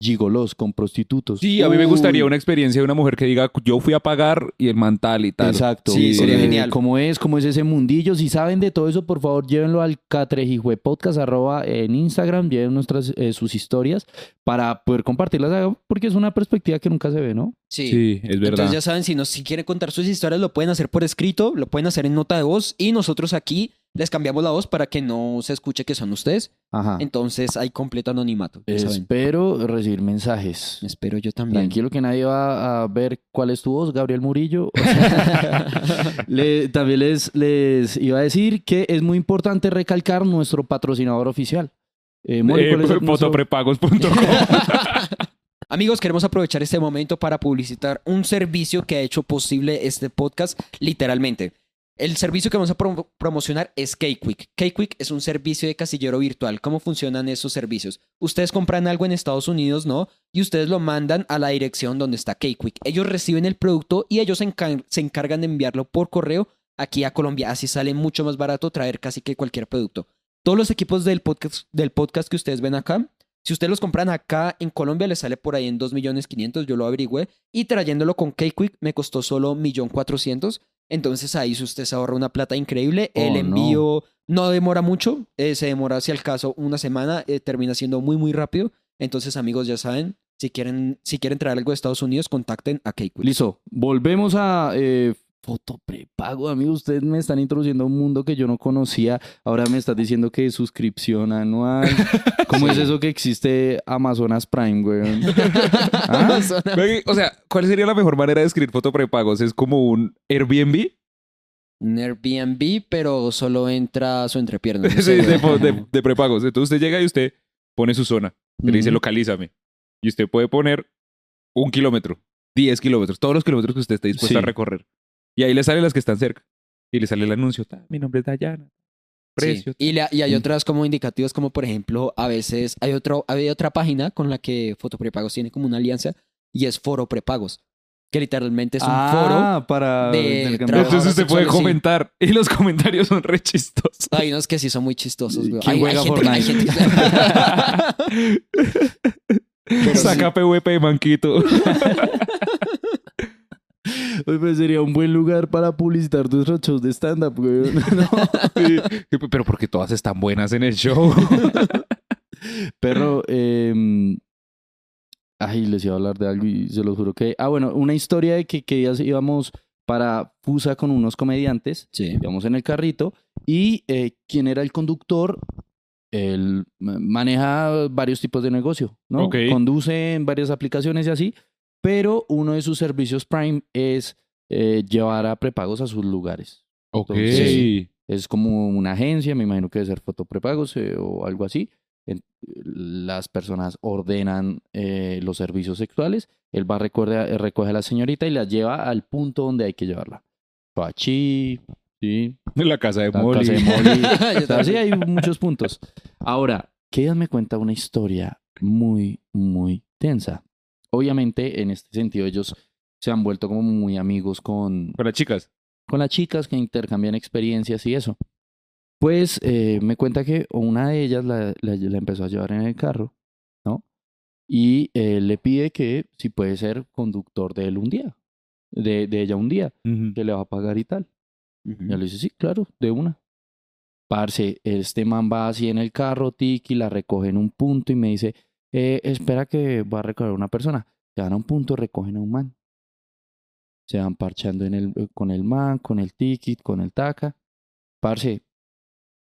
Speaker 3: gigolos, con prostitutos.
Speaker 2: Sí, a mí me gustaría una experiencia de una mujer que diga, yo fui a pagar y el mantal y tal.
Speaker 3: Exacto.
Speaker 1: Sí,
Speaker 2: sería
Speaker 3: Eh,
Speaker 1: genial.
Speaker 3: ¿Cómo es? ¿Cómo es ese mundillo? Si saben de todo eso, por favor, llévenlo al catrejijue.podcast arroba en Instagram, lleven nuestras, eh, sus historias para poder compartirlas, ah, porque es una perspectiva que nunca se ve, ¿no?
Speaker 1: Sí.
Speaker 2: Sí, es verdad.
Speaker 1: Entonces ya saben, si, nos, si quieren contar sus historias, lo pueden hacer por escrito, lo pueden hacer en nota de voz y nosotros aquí les cambiamos la voz para que no se escuche que son ustedes.
Speaker 3: Ajá.
Speaker 1: Entonces hay completo anonimato. ya saben.
Speaker 3: Espero recibir mensajes.
Speaker 1: Espero yo también.
Speaker 3: Tranquilo que nadie va a ver cuál es tu voz, Gabriel Murillo. O
Speaker 1: [laughs]
Speaker 3: sea, le- también les, les iba a decir que es muy importante recalcar nuestro patrocinador oficial. Eh, Mori,
Speaker 2: Eh,
Speaker 3: ¿cuál
Speaker 2: [laughs]
Speaker 3: es el- nuestro-
Speaker 2: Fotoprepagos.com.
Speaker 1: Amigos, queremos aprovechar este momento para publicitar un servicio que ha hecho posible este podcast, literalmente. El servicio que vamos a prom- promocionar es K-Quick. K-Quick es un servicio de casillero virtual. ¿Cómo funcionan esos servicios? Ustedes compran algo en Estados Unidos, ¿no? Y ustedes lo mandan a la dirección donde está K-Quick. Ellos reciben el producto y ellos se, encar- se encargan de enviarlo por correo aquí a Colombia. Así sale mucho más barato traer casi que cualquier producto. Todos los equipos del podcast, del podcast que ustedes ven acá si ustedes los compran acá en Colombia, les sale por ahí en 2.500.000, yo lo averigüé. Y trayéndolo con K-Quick me costó solo 1.400.000. Entonces ahí si usted se ahorra una plata increíble.
Speaker 3: Oh,
Speaker 1: el
Speaker 3: no.
Speaker 1: envío no, demora mucho, eh, se demora si al caso una semana, eh, termina siendo muy, muy rápido. Entonces amigos, ya saben, si quieren, si quieren traer algo de Estados Unidos, contacten a K-Quick.
Speaker 3: Listo, volvemos a eh, fotoprepago, amigo. Ustedes me están introduciendo a un mundo que yo no conocía. Ahora me estás diciendo que
Speaker 1: [laughs]
Speaker 3: suscripción anual. ¿Cómo es eso que existe Amazonas Prime,
Speaker 1: [laughs]
Speaker 3: weón? [laughs] ¿Ah?
Speaker 2: Güey, O sea, ¿cuál sería la mejor manera de escribir fotoprepagos? ¿Es como un Airbnb?
Speaker 1: Un Airbnb, pero solo entra su
Speaker 3: [laughs]
Speaker 1: entrepierna. no
Speaker 2: [laughs] Sí,
Speaker 1: sé, güey. [laughs]
Speaker 2: de, po- de- de prepagos. Entonces usted llega y usted pone su zona. Usted le dice,
Speaker 3: Ujú.
Speaker 2: localízame. Y usted puede poner un kilómetro, 10 kilómetros, todos los kilómetros que usted esté dispuesto
Speaker 3: Sí.
Speaker 2: a recorrer. Y ahí le salen las que están cerca. Y le sale el anuncio. "Ta, Mi nombre es Dayana.
Speaker 1: Sí,
Speaker 2: Precio.
Speaker 1: Y, la- y hay
Speaker 3: Mm.
Speaker 1: otras como indicativos, como por ejemplo, a veces hay, otro, hay otra página con la que Fotoprepagos tiene como una alianza y es Foro Prepagos, que literalmente es un foro.
Speaker 3: Ah, para
Speaker 1: de
Speaker 3: intercambiar.
Speaker 1: trabajo.
Speaker 2: Entonces usted puede
Speaker 1: sexuales, sí.
Speaker 2: comentar. Y los [laughs] comentarios son re chistosos.
Speaker 1: Hay unos que sí son muy chistosos, güey.
Speaker 3: ¿Quién
Speaker 1: Hay- hay
Speaker 3: juega
Speaker 1: gente que- hay
Speaker 3: Fortnite?
Speaker 1: gente
Speaker 3: [laughs]
Speaker 1: que- [laughs] Pero sí.
Speaker 2: Saca PVP de manquito.
Speaker 3: Oye, pues sería un buen lugar para publicitar nuestros shows de stand-up, güey. [laughs]
Speaker 2: Pero porque todas están buenas en el show.
Speaker 3: Pero, eh, ay, les iba a hablar de algo y se lo juro que. Ah, bueno, una historia de que, que días íbamos para Fusa con unos comediantes,
Speaker 1: Sí.
Speaker 3: íbamos en el carrito, y eh, quien era el conductor, él ma- maneja varios tipos de negocio, ¿no?
Speaker 2: Ok.
Speaker 3: Conduce en varias aplicaciones y así, pero uno de sus servicios Prime es eh, llevar a prepagos a sus lugares.
Speaker 2: Ok.
Speaker 3: Entonces- Es como una agencia, me imagino que debe ser fotoprepagos eh, o algo así. En- las personas ordenan eh, los servicios sexuales. Él va, recuerde- recoge a la señorita y la lleva al punto donde hay que llevarla. Soachi, sí,
Speaker 2: En la casa de
Speaker 3: la
Speaker 2: Molly.
Speaker 3: casa de Molly.
Speaker 1: [laughs] Yo
Speaker 3: O sea, sí,
Speaker 1: también.
Speaker 3: hay muchos puntos. Ahora, Keidas me cuenta una historia muy, muy tensa. Obviamente, en este sentido, ellos se han vuelto como muy amigos con,
Speaker 2: [laughs] Con las chicas.
Speaker 3: con las chicas que intercambian experiencias y eso. Pues eh, me cuenta que una de ellas la, la- la empezó a llevar en el carro, ¿no? Y eh, le pide que si puede ser conductor de él un día, de, de ella un día, que le va a pagar y tal. Ya le dice, sí, claro, de una. Parce, este man va así en el carro, tiki, la recoge en un punto y me dice, "Eh, espera que va a recoger una persona. Se van a un punto, recogen a un man. Se van parchando en el, eh, con el man, con el tiki, con el taca. Parce,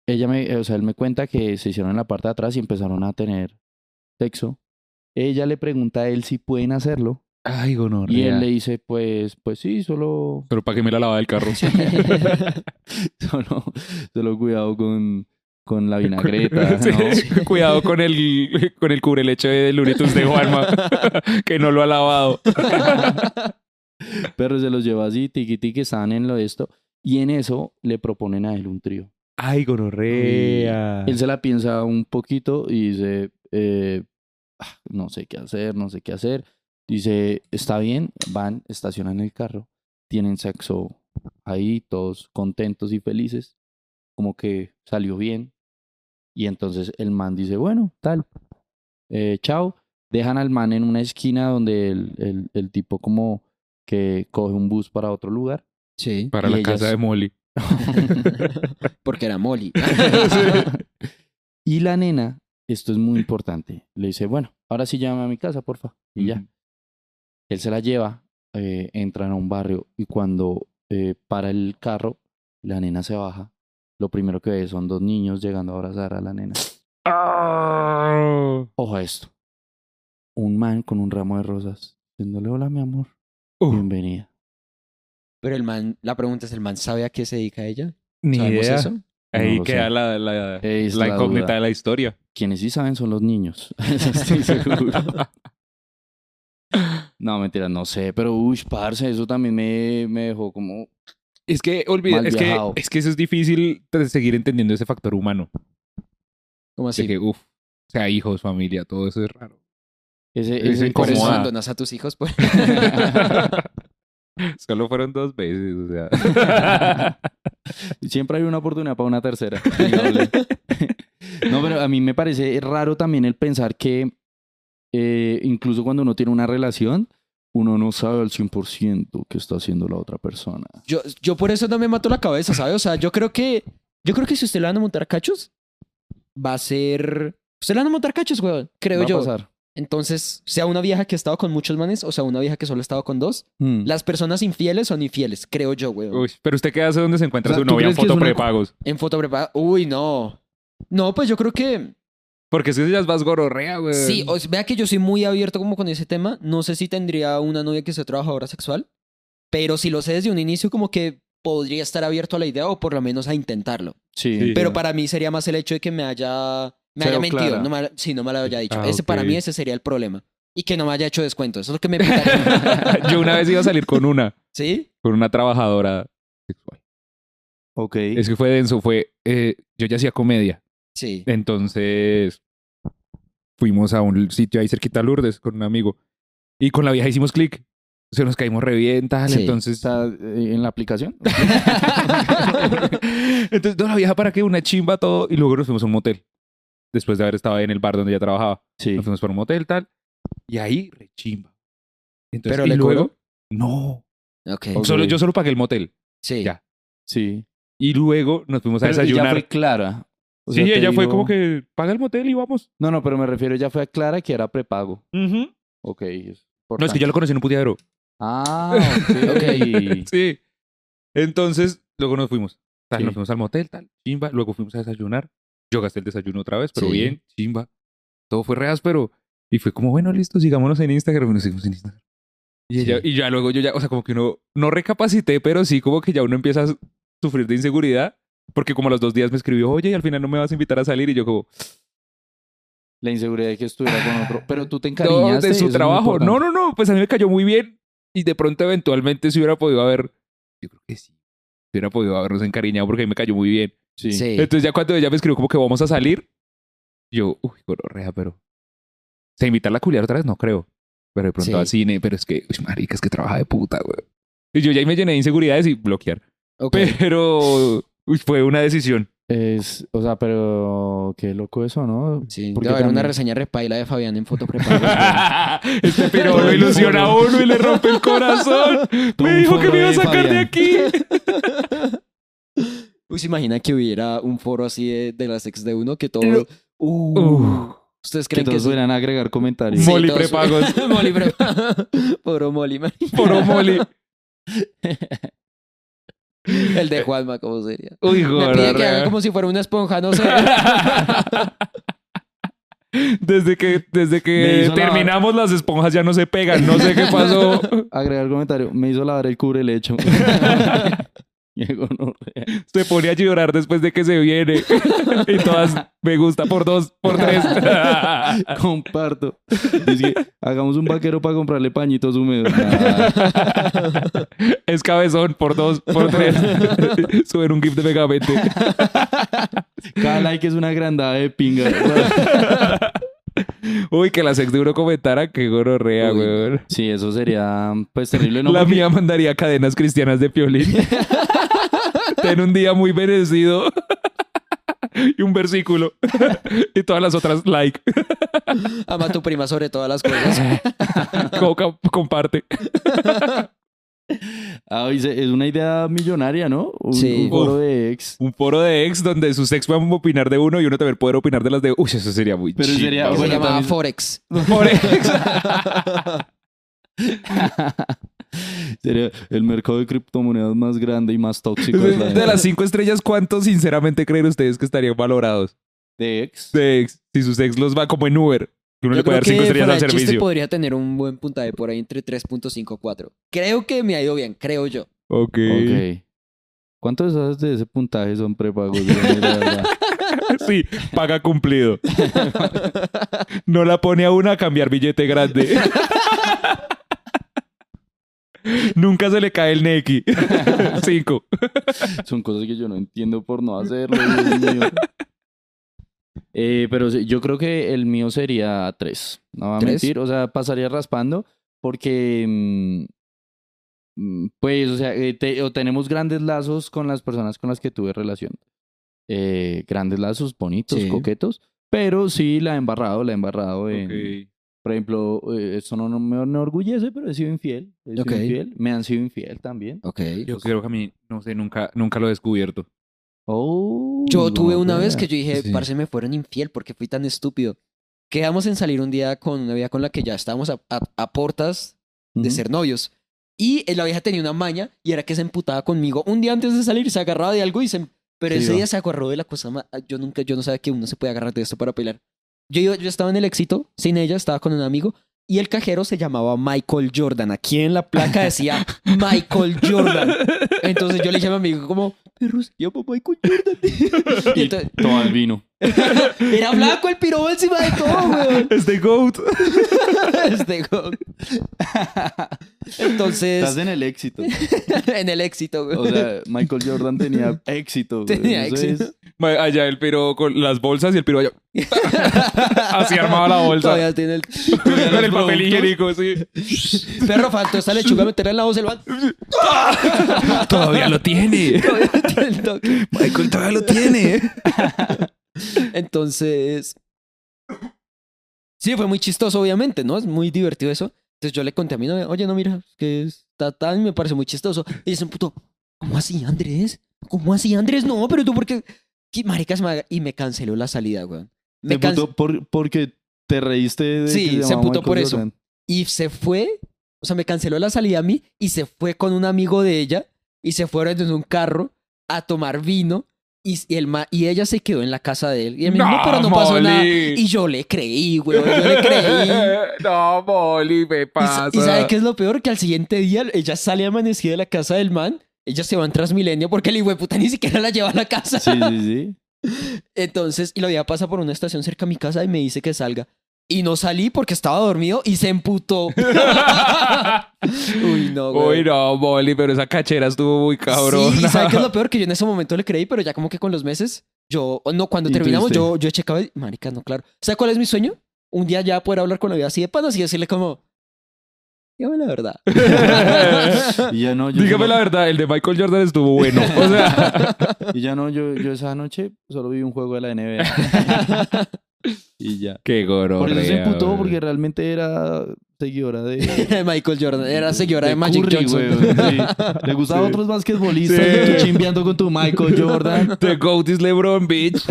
Speaker 3: ella me, eh, o sea, él me cuenta que se hicieron en la parte de atrás y empezaron a tener sexo. Ella le pregunta a él si pueden hacerlo.
Speaker 2: Ay, gonorrea.
Speaker 3: Y él le dice, pues, pues sí, solo
Speaker 2: Pero para que me la lava del carro.
Speaker 3: [laughs] solo, solo cuidado con, con la vinagreta.
Speaker 2: [laughs] Sí,
Speaker 3: ¿no?
Speaker 2: Cuidado con el, con el cubreleche de Lunitus de Juanma, [laughs] que no lo ha lavado.
Speaker 3: Pero se los lleva así, tiqui tiqui, estaban en lo de esto. Y en eso le proponen a él un trío.
Speaker 2: Ay, gonorrea.
Speaker 3: Él se la piensa un poquito y dice, eh, ah, no sé qué hacer, no sé qué hacer. Dice, está bien, van, estacionan el carro, tienen sexo ahí, todos contentos y felices, como que salió bien. Y entonces el man dice, bueno, tal, eh, chao. Dejan al man en una esquina donde el, el- el tipo como que coge un bus para
Speaker 2: [laughs]
Speaker 3: otro lugar.
Speaker 1: Sí.
Speaker 2: Para
Speaker 3: y
Speaker 2: la
Speaker 3: ellas-
Speaker 2: casa de Molly.
Speaker 1: Porque era Molly. [laughs]
Speaker 3: [laughs] y la nena, esto es muy importante, le dice, bueno, ahora sí llámame a mi casa, porfa. Y ya. Él se la lleva, eh, entran a un barrio y cuando eh, para el carro, la nena se baja. Lo primero que ve son dos niños llegando a abrazar a la nena.
Speaker 2: Ah.
Speaker 3: Ojo a esto. Un man con un ramo de rosas. Diciéndole, hola, mi amor.
Speaker 2: Uh.
Speaker 3: Bienvenida.
Speaker 1: Pero el man, la pregunta es, ¿el man sabe a qué se dedica ella?
Speaker 2: Ni
Speaker 1: ¿Sabemos
Speaker 2: idea.
Speaker 1: eso?
Speaker 2: Ahí
Speaker 3: No lo
Speaker 2: queda
Speaker 3: sé.
Speaker 2: la, la,
Speaker 3: Ahí está
Speaker 2: la
Speaker 3: la
Speaker 2: incógnita
Speaker 3: duda.
Speaker 2: de la historia.
Speaker 3: Quienes sí saben son los niños. [laughs] Eso
Speaker 2: [laughs]
Speaker 3: estoy seguro. No, mentira, no sé. Pero, uy, parce, eso también me, me dejó como...
Speaker 2: Es que, olvida,
Speaker 3: Mal
Speaker 2: es, que,
Speaker 3: viajado.
Speaker 2: es que eso es difícil de seguir entendiendo ese factor humano.
Speaker 1: ¿Cómo
Speaker 2: Así
Speaker 1: así?
Speaker 2: que, uff, o sea, hijos, familia, todo eso es raro.
Speaker 3: Ese,
Speaker 2: Ese
Speaker 3: ese
Speaker 1: Por eso
Speaker 2: incomoda.
Speaker 3: como-
Speaker 1: abandonas a tus hijos. Por... [laughs]
Speaker 2: Solo fueron dos veces, o [laughs]
Speaker 3: [laughs]
Speaker 2: sea.
Speaker 3: Siempre hay una oportunidad para una tercera. digamos. [laughs] no, pero a mí me parece raro también el pensar que eh, incluso cuando uno tiene una relación, uno no sabe al 100% qué está haciendo la otra persona.
Speaker 1: Yo, yo por eso no me mato la cabeza, ¿sabes? O sea, yo creo que, yo creo que si usted le van a montar cachos, va a ser... Usted le van a montar cachos, weón. Creo
Speaker 3: Va a
Speaker 1: yo.
Speaker 3: pasar.
Speaker 1: Entonces, sea una vieja que ha estado con muchos manes o sea una vieja que solo ha estado con dos,
Speaker 3: Mm.
Speaker 1: las personas infieles son infieles, creo yo, weón.
Speaker 2: [laughs] Uy, pero usted qué hace donde se encuentra
Speaker 3: O sea,
Speaker 2: su
Speaker 3: ¿tú
Speaker 2: novia en
Speaker 3: crees que es
Speaker 2: foto
Speaker 3: una-
Speaker 2: prepagos.
Speaker 1: En foto preparada. Uy, no. No, pues yo creo que
Speaker 2: Porque si ellas vas gororrea, güey.
Speaker 3: Em,
Speaker 1: sí. O sea, vea que yo soy muy abierto como con ese tema. No sé si tendría una novia que sea trabajadora sexual, pero si lo sé desde un inicio, como que podría estar abierto a la idea o por lo menos a intentarlo.
Speaker 3: Sí.
Speaker 2: Sí.
Speaker 1: Pero para mí sería más el hecho de que me haya, me
Speaker 3: Cero
Speaker 1: haya mentido.
Speaker 3: clara.
Speaker 1: No me, sí, no me lo haya dicho.
Speaker 2: Ah,
Speaker 1: ese para
Speaker 2: ok.
Speaker 1: mí ese sería el problema. Y que no me haya hecho descuento. Eso es lo que me
Speaker 3: [laughs]
Speaker 1: picaría.
Speaker 2: [laughs] Yo una vez iba a salir con una,
Speaker 1: ¿Sí?
Speaker 2: con una trabajadora sexual.
Speaker 3: Ok.
Speaker 2: Es que fue denso, fue. eh, yo ya hacía comedia.
Speaker 1: Sí.
Speaker 2: Entonces fuimos a un sitio ahí cerquita a Lourdes con un amigo. Y con la vieja hicimos clic. Se nos caímos revientas.
Speaker 1: Sí.
Speaker 2: Entonces. [laughs]
Speaker 3: ¿Está eh, en la aplicación?
Speaker 2: entonces, no, la vieja para que una chimba todo. Y luego nos fuimos a un motel. Después de haber estado ahí en el bar donde ella trabajaba.
Speaker 3: Sí.
Speaker 2: Nos fuimos para un motel, tal. Y ahí, rechimba. Entonces,
Speaker 1: ¿Pero
Speaker 2: y
Speaker 1: le
Speaker 2: luego, no.
Speaker 1: Ok.
Speaker 3: Ok.
Speaker 2: Solo, yo solo pagué el motel.
Speaker 1: Sí.
Speaker 2: ya.
Speaker 3: Sí.
Speaker 2: Y luego nos fuimos a
Speaker 3: Pero ella
Speaker 2: desayunar.
Speaker 3: fue clara. O
Speaker 2: sí,
Speaker 3: sea, te
Speaker 2: ella fue
Speaker 3: dijo-
Speaker 2: como que paga el motel y vamos.
Speaker 3: No, no, pero me refiero, ya fue a Clara que era prepago. Ok. es
Speaker 2: No, es que
Speaker 3: importante.
Speaker 2: yo lo conocí en un puteadero.
Speaker 3: Ah, ok.
Speaker 2: [laughs] Sí. Entonces, luego nos fuimos. Tal,
Speaker 3: Sí.
Speaker 2: Nos fuimos al motel, tal, chimba. Luego fuimos a desayunar. Yo gasté el desayuno otra vez, pero
Speaker 1: Sí.
Speaker 2: bien, chimba. Todo fue reas, pero... Y fue como, bueno, listo, sigámonos en Instagram. Y Nos seguimos en Instagram. Y, ella- y ya luego yo ya, o sea, como que uno... No recapacité, pero sí como que ya uno empieza a su- sufrir de inseguridad. Porque como a los dos días me escribió, oye, y al final no me vas a invitar a salir. Y yo como,
Speaker 3: La inseguridad de que estuviera con otro. Pero tú te
Speaker 2: no,
Speaker 3: encariñaste.
Speaker 2: de su trabajo. No, no, no, pues a mí me cayó muy bien. Y de pronto eventualmente se hubiera podido haber... Yo creo que sí. Se hubiera podido habernos encariñado porque a mí me cayó muy bien.
Speaker 1: Eh.
Speaker 3: Sí.
Speaker 1: Sí.
Speaker 2: Entonces ya cuando ella me escribió como que vamos a salir, yo, uy, gonorrea, pero... ¿Se invita a la culiar otra vez? No creo. Pero de pronto
Speaker 1: Sí.
Speaker 2: al cine, pero es que, uy, marica, es que trabaja de puta, güey. Y yo ya ahí me llené de inseguridades y bloquear.
Speaker 3: [laughs]
Speaker 1: Ok.
Speaker 2: Pero uy, fue una
Speaker 1: [laughs]
Speaker 2: decisión.
Speaker 3: Es, o sea, pero qué loco eso, ¿no?
Speaker 1: Sí,
Speaker 3: Porque
Speaker 1: debe haber una
Speaker 3: también-
Speaker 1: reseña repaila de Fabián en foto
Speaker 3: [laughs]
Speaker 1: preparada.
Speaker 2: este pero lo ilusiona a uno y le rompe el corazón.
Speaker 1: Todo
Speaker 2: Me
Speaker 1: un
Speaker 2: dijo que
Speaker 1: foro
Speaker 2: me iba a
Speaker 1: de
Speaker 2: sacar
Speaker 1: Fabián.
Speaker 2: de aquí.
Speaker 1: Uy, se imagina que hubiera un foro así de, de las ex de uno que todo. Uh,
Speaker 2: Uf.
Speaker 1: ¿Ustedes
Speaker 3: Que
Speaker 1: creen que,
Speaker 3: todos
Speaker 1: es
Speaker 3: suelen agregar
Speaker 2: [laughs]
Speaker 3: comentarios.
Speaker 2: Moli
Speaker 1: todos-
Speaker 2: prepagos.
Speaker 1: [laughs] Molly prepago. [laughs] Puro Molly, man.
Speaker 2: Poro moli.
Speaker 1: El
Speaker 2: Eh,
Speaker 1: de Juanma, ¿cómo sería?
Speaker 2: Uy,
Speaker 1: Me pide que haga
Speaker 2: gonorrea.
Speaker 1: como si fuera una esponja, no
Speaker 2: [laughs]
Speaker 1: sé.
Speaker 2: Desde que, desde
Speaker 3: Me
Speaker 2: que
Speaker 3: hizo la-
Speaker 2: terminamos las esponjas ya no se pegan. No
Speaker 1: [laughs]
Speaker 2: sé qué pasó.
Speaker 3: Agregar comentario. Me hizo lavar el
Speaker 2: [laughs]
Speaker 3: cubre lecho. Diego, no.
Speaker 2: Se pone a llorar después de que se
Speaker 1: [laughs]
Speaker 2: viene. Y todas me gusta por dos, por tres. Ah.
Speaker 3: Comparto. Dice, hagamos un vaquero para comprarle pañitos húmedos.
Speaker 2: Es cabezón por dos, por
Speaker 1: [laughs]
Speaker 2: tres. Suben un gif de megamente.
Speaker 3: Cada like es una grandada de pinga.
Speaker 2: [laughs] Uy, que la sex de uno comentara que gororrea,
Speaker 1: Uy.
Speaker 2: weón.
Speaker 3: Sí, eso sería pues terrible. ¿no?
Speaker 2: la
Speaker 3: Porque-
Speaker 2: mía mandaría cadenas cristianas
Speaker 1: [laughs]
Speaker 2: de piolín. Ten un día muy merecido. [laughs] y un versículo. [laughs] y todas las otras, like. [laughs]
Speaker 1: Ama a tu prima sobre todas las
Speaker 2: Eh,
Speaker 1: cosas.
Speaker 2: Coca, comparte.
Speaker 3: Ah, dice, es una idea millonaria, ¿no? Un,
Speaker 1: Sí.
Speaker 3: un foro
Speaker 2: Uf.
Speaker 3: de ex.
Speaker 2: Un foro de ex donde sus ex van a opinar de uno y uno también poder opinar de las de. Uy, eso sería muy
Speaker 3: Pero
Speaker 2: chimba,
Speaker 3: sería-
Speaker 2: güey.
Speaker 1: se
Speaker 3: bueno,
Speaker 1: llamaba
Speaker 3: también-
Speaker 1: Forex.
Speaker 2: Por
Speaker 3: [laughs]
Speaker 2: ex.
Speaker 3: Sería el mercado de criptomonedas más grande y más tóxico. del
Speaker 2: De
Speaker 3: planeta.
Speaker 2: las cinco estrellas, ¿cuántos sinceramente creen ustedes que estarían valorados?
Speaker 3: de ex.
Speaker 2: De ex. Si sus ex los va como en Uber. Que uno
Speaker 1: Yo
Speaker 2: le
Speaker 1: creo
Speaker 2: puede dar cinco
Speaker 1: que
Speaker 2: estrellas
Speaker 1: fuera
Speaker 2: al
Speaker 1: de chiste
Speaker 2: servicio.
Speaker 1: podría tener un buen puntaje por ahí entre 3.5 y 4. Creo que me ha ido bien, creo yo.
Speaker 2: Ok.
Speaker 3: Ok. ¿Cuántos de esos de ese puntaje son prepagos? Dios mío, de verdad?
Speaker 2: [laughs] Sí, paga [laughs] cumplido. No la pone a una a cambiar billete [laughs] grande. Nunca se le cae el [laughs] neki. Cinco.
Speaker 3: Son cosas que yo no entiendo por no hacerlo. Dios mío. Eh, pero sí, yo creo que el mío sería tres. No va a
Speaker 1: ¿Tres?
Speaker 3: mentir. O sea, pasaría raspando porque. mm, mm, Pues, o sea, eh, te- o tenemos grandes lazos con las personas con las que tuve relación. Eh, grandes lazos, bonitos,
Speaker 1: Sí.
Speaker 3: coquetos. Pero sí la he embarrado, la he embarrado en, por ejemplo, eh, esto no, no me enorgullece, pero he sido infiel. He sido
Speaker 1: Ok.
Speaker 3: infiel. Me han sido infiel también.
Speaker 1: Ok.
Speaker 2: Yo creo que a mí, no sé, nunca, nunca lo he descubierto.
Speaker 3: Oh,
Speaker 1: Yo tuve una vez que yo dije,
Speaker 2: Sí.
Speaker 1: parce, me fueron infiel porque fui tan estúpido. Quedamos en salir un día con una vieja con la que ya estábamos a, a- a portas de ser novios. Y eh, la vieja tenía una maña y era que se emputaba conmigo. Un día antes de salir se agarraba de algo y se... em-, Pero
Speaker 3: Sí,
Speaker 1: ese
Speaker 3: va.
Speaker 1: día se agarró de la cosa más... Yo nunca, yo no sabía que uno se puede agarrar de esto para pelear. Yo, iba- yo estaba en el éxito, sin ella, estaba con un amigo y el cajero se llamaba Michael Jordan. Aquí en la placa
Speaker 3: [laughs]
Speaker 1: decía Michael Jordan. Entonces yo le dije a mi amigo como, perro, se llama Michael Jordan. Y entonces,
Speaker 3: Todo al vino.
Speaker 1: era blanco el piro encima de todo, weón. [laughs]
Speaker 2: Este goat.
Speaker 1: Este
Speaker 3: [laughs]
Speaker 1: weón. Entonces,
Speaker 3: Estás en el éxito.
Speaker 1: [laughs] en el éxito, weón. [laughs]
Speaker 3: O sea, Michael Jordan tenía éxito. güey.
Speaker 1: Tenía
Speaker 3: Eso es-
Speaker 1: éxito.
Speaker 2: Ma- Allá el piro con las bolsas y el piro allá. [laughs] Así armaba la bolsa.
Speaker 1: Todavía tiene el...
Speaker 2: Con el papel higiénico, sí.
Speaker 1: Perro, faltó esta lechuga meterla en la voz del van.
Speaker 2: Todavía lo [laughs] tiene. Michael todavía lo tiene. ¿eh?
Speaker 1: Entonces... Sí, fue muy chistoso, obviamente, ¿no? Es muy divertido eso. Entonces yo le conté a mi novia, oye, no, mira, es que está tan, me parece muy chistoso. Y es un puto, ¿cómo así, Andrés? ¿Cómo así, Andrés? No, pero tú, ¿por qué? ¿Qué maricas? ma-?" Y me canceló la salida, weón. Me
Speaker 3: Me
Speaker 1: can-
Speaker 3: puto por, porque te reíste de
Speaker 1: Sí,
Speaker 3: que
Speaker 1: se
Speaker 3: llamaba
Speaker 1: emputó
Speaker 3: Michael
Speaker 1: por eso.
Speaker 3: Jordan.
Speaker 1: Y se fue, o sea, me canceló la salida a mí y se fue con un amigo de ella y se fueron en un carro a tomar vino y, y el ma- y ella se quedó en la casa de él. Y él me dijo, no, pero no pasó nada. Y yo le creí, weón, yo le
Speaker 2: [laughs]
Speaker 1: creí.
Speaker 2: no, Molly, me
Speaker 1: Y
Speaker 2: pasa.
Speaker 1: sa- ¿Y, sabe qué es lo peor? Que al siguiente día ella sale amanecida de la casa del man. Ella se va en Transmilenio porque el puta ni siquiera la lleva a la casa.
Speaker 3: Sí, sí, sí.
Speaker 1: Entonces, y la vida pasa por una estación cerca a mi casa y me dice que salga. Y no salí porque estaba dormido y se emputó. [laughs] Uy, no, güey.
Speaker 2: Uy, no, Molly, pero esa cachera estuvo muy cabrón.
Speaker 1: Sí, ¿y ¿sabe qué es lo peor? Que yo en ese momento le creí, pero ya como que con los meses, yo, no, cuando
Speaker 3: Intuiste.
Speaker 1: terminamos, yo, yo checaba y, marica, no, claro. ¿Sabes cuál es mi sueño? Un día ya poder hablar con la vida así de panas y decirle como, dígame la verdad. [laughs]
Speaker 3: Y ya no,
Speaker 2: [laughs] [laughs]
Speaker 3: yo
Speaker 2: Dígame
Speaker 3: solo-
Speaker 2: la verdad, el de Michael Jordan estuvo bueno. O sea,
Speaker 3: Y ya no, yo, yo esa noche solo vi un juego de la NBA. y ya.
Speaker 2: qué gorro.
Speaker 3: Por eso se emputó, porque realmente era seguidora de.
Speaker 1: de Michael Jordan. [laughs] Era seguidora de, Magic
Speaker 3: Curry,
Speaker 1: Johnson.
Speaker 3: weón,
Speaker 1: [laughs]
Speaker 3: sí. Le gustaban otros basquetbolistas
Speaker 2: Sí.
Speaker 3: y tú chimbeando con tu Michael Jordan.
Speaker 2: The GOAT is LeBron, bitch.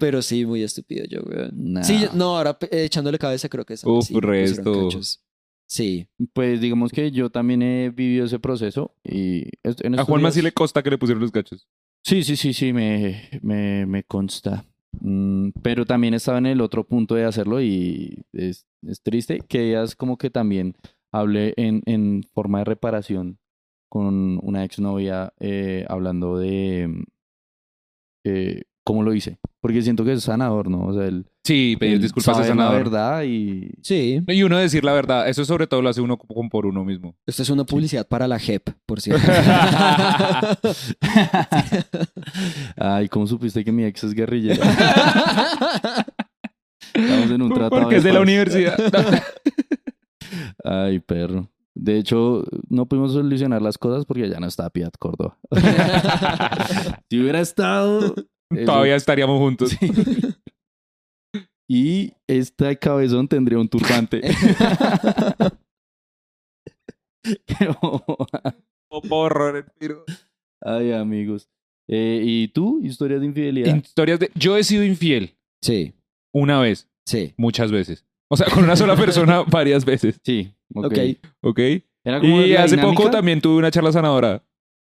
Speaker 1: Pero sí, muy estúpido yo, weón.
Speaker 3: Nah.
Speaker 1: Sí, no, ahora eh, echándole cabeza creo que es
Speaker 2: Ah. Uf,
Speaker 1: sí, me pusieron
Speaker 2: resto.
Speaker 1: cachos. Sí.
Speaker 3: Pues digamos que yo también he vivido ese proceso. y est- en
Speaker 2: A
Speaker 3: estos
Speaker 2: Juanma sí
Speaker 3: días-
Speaker 2: le costa que le pusieron los cachos.
Speaker 3: Sí, sí, sí, sí, me, me, me consta. Mm, pero también estaba en el otro punto de hacerlo y es, es triste que ellas como que también hablé en, en forma de reparación con una exnovia eh, hablando de mm, eh, cómo lo hice. Porque siento que es sanador, ¿no? O sea, el,
Speaker 2: Sí, pedir
Speaker 3: el
Speaker 2: disculpas es
Speaker 3: saber la
Speaker 2: sanador.
Speaker 3: verdad y...
Speaker 1: Sí.
Speaker 2: Y uno decir la verdad, eso sobre todo lo hace uno como por uno mismo.
Speaker 1: Esto es una publicidad para la JEP, por
Speaker 2: [laughs]
Speaker 1: cierto.
Speaker 3: Ay, ¿cómo supiste que mi ex es guerrillero? Estamos en un tratado
Speaker 2: Porque es de la
Speaker 3: paz.
Speaker 2: universidad.
Speaker 3: Ay, perro. De hecho, no pudimos solucionar las cosas porque ya no está Piat
Speaker 2: [laughs]
Speaker 3: Córdoba. si hubiera estado. eso-
Speaker 2: Todavía estaríamos juntos.
Speaker 3: Y este cabezón tendría
Speaker 2: [laughs]
Speaker 3: un turbante. [laughs] Qué boba.
Speaker 2: Oh, porro, respiro.
Speaker 3: Ay, amigos. Eh, ¿Y tú? ¿Historias de infidelidad?
Speaker 2: Historias de... Yo he sido infiel
Speaker 1: sí,
Speaker 2: una vez,
Speaker 1: sí.
Speaker 2: muchas veces. O sea, con una sola persona varias veces,
Speaker 3: sí. Ok.
Speaker 1: Ok.
Speaker 2: ¿ok?
Speaker 3: Era Ah, como
Speaker 2: Y
Speaker 3: la
Speaker 2: hace poco
Speaker 3: dinámica.
Speaker 2: también tuve una charla sanadora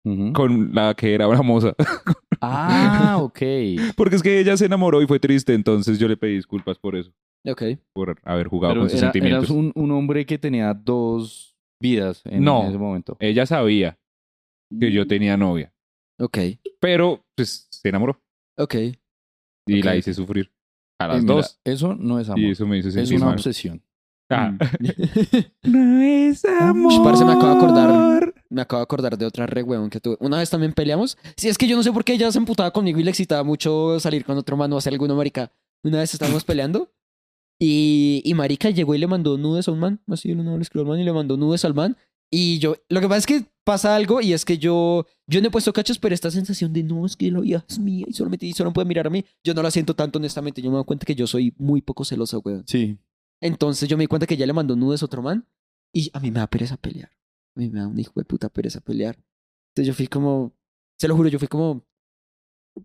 Speaker 3: Ujú.
Speaker 2: con la que era una moza.
Speaker 3: Ah, ok.
Speaker 2: [laughs] Porque es que ella se enamoró y fue triste, entonces yo le pedí disculpas por eso,
Speaker 1: Ok.
Speaker 2: por haber jugado
Speaker 3: Pero
Speaker 2: con sus
Speaker 3: era,
Speaker 2: sentimientos.
Speaker 3: eras un, un hombre que tenía dos vidas en,
Speaker 2: No. Eh,
Speaker 3: en ese momento.
Speaker 2: Ella sabía que
Speaker 3: Mm.
Speaker 2: yo tenía novia,
Speaker 1: Ok.
Speaker 2: pero pues se enamoró
Speaker 1: Ok.
Speaker 2: y
Speaker 3: Ok.
Speaker 2: la hice sufrir a
Speaker 3: Eh,
Speaker 2: las
Speaker 3: mira,
Speaker 2: dos.
Speaker 3: Eso no es amor.
Speaker 2: Y eso me hizo
Speaker 3: es
Speaker 2: sentir
Speaker 3: una Mm.
Speaker 2: mal. Ah,
Speaker 3: obsesión.
Speaker 2: Ajá. [laughs]
Speaker 7: No es
Speaker 1: Ush, parce, me acabo de acordar. Me acabo de acordar de otra re huevón que tuve. Una vez también peleamos. Sí, es que yo no sé por qué ella se emputaba conmigo y le excitaba mucho salir con otro mano o hacer alguna marica. Una vez estábamos peleando y, y marica llegó y le mandó nudes a un man. Así, no, no, le escribió al man y le mandó nudes al man. Y yo, lo que pasa es que pasa algo y es que yo, yo no he puesto cachos, pero esta sensación de no, es que la vida es mía y solamente y solo puede mirar a mí, yo no la siento tanto honestamente. Yo me doy cuenta que yo soy muy poco celoso, weón.
Speaker 3: Sí.
Speaker 1: Entonces yo me di cuenta que ya le mandó nudes a otro man y a mí me da pereza pelear. A mí me da un hijo de puta pereza pelear. Entonces yo fui como, se lo juro, yo fui como,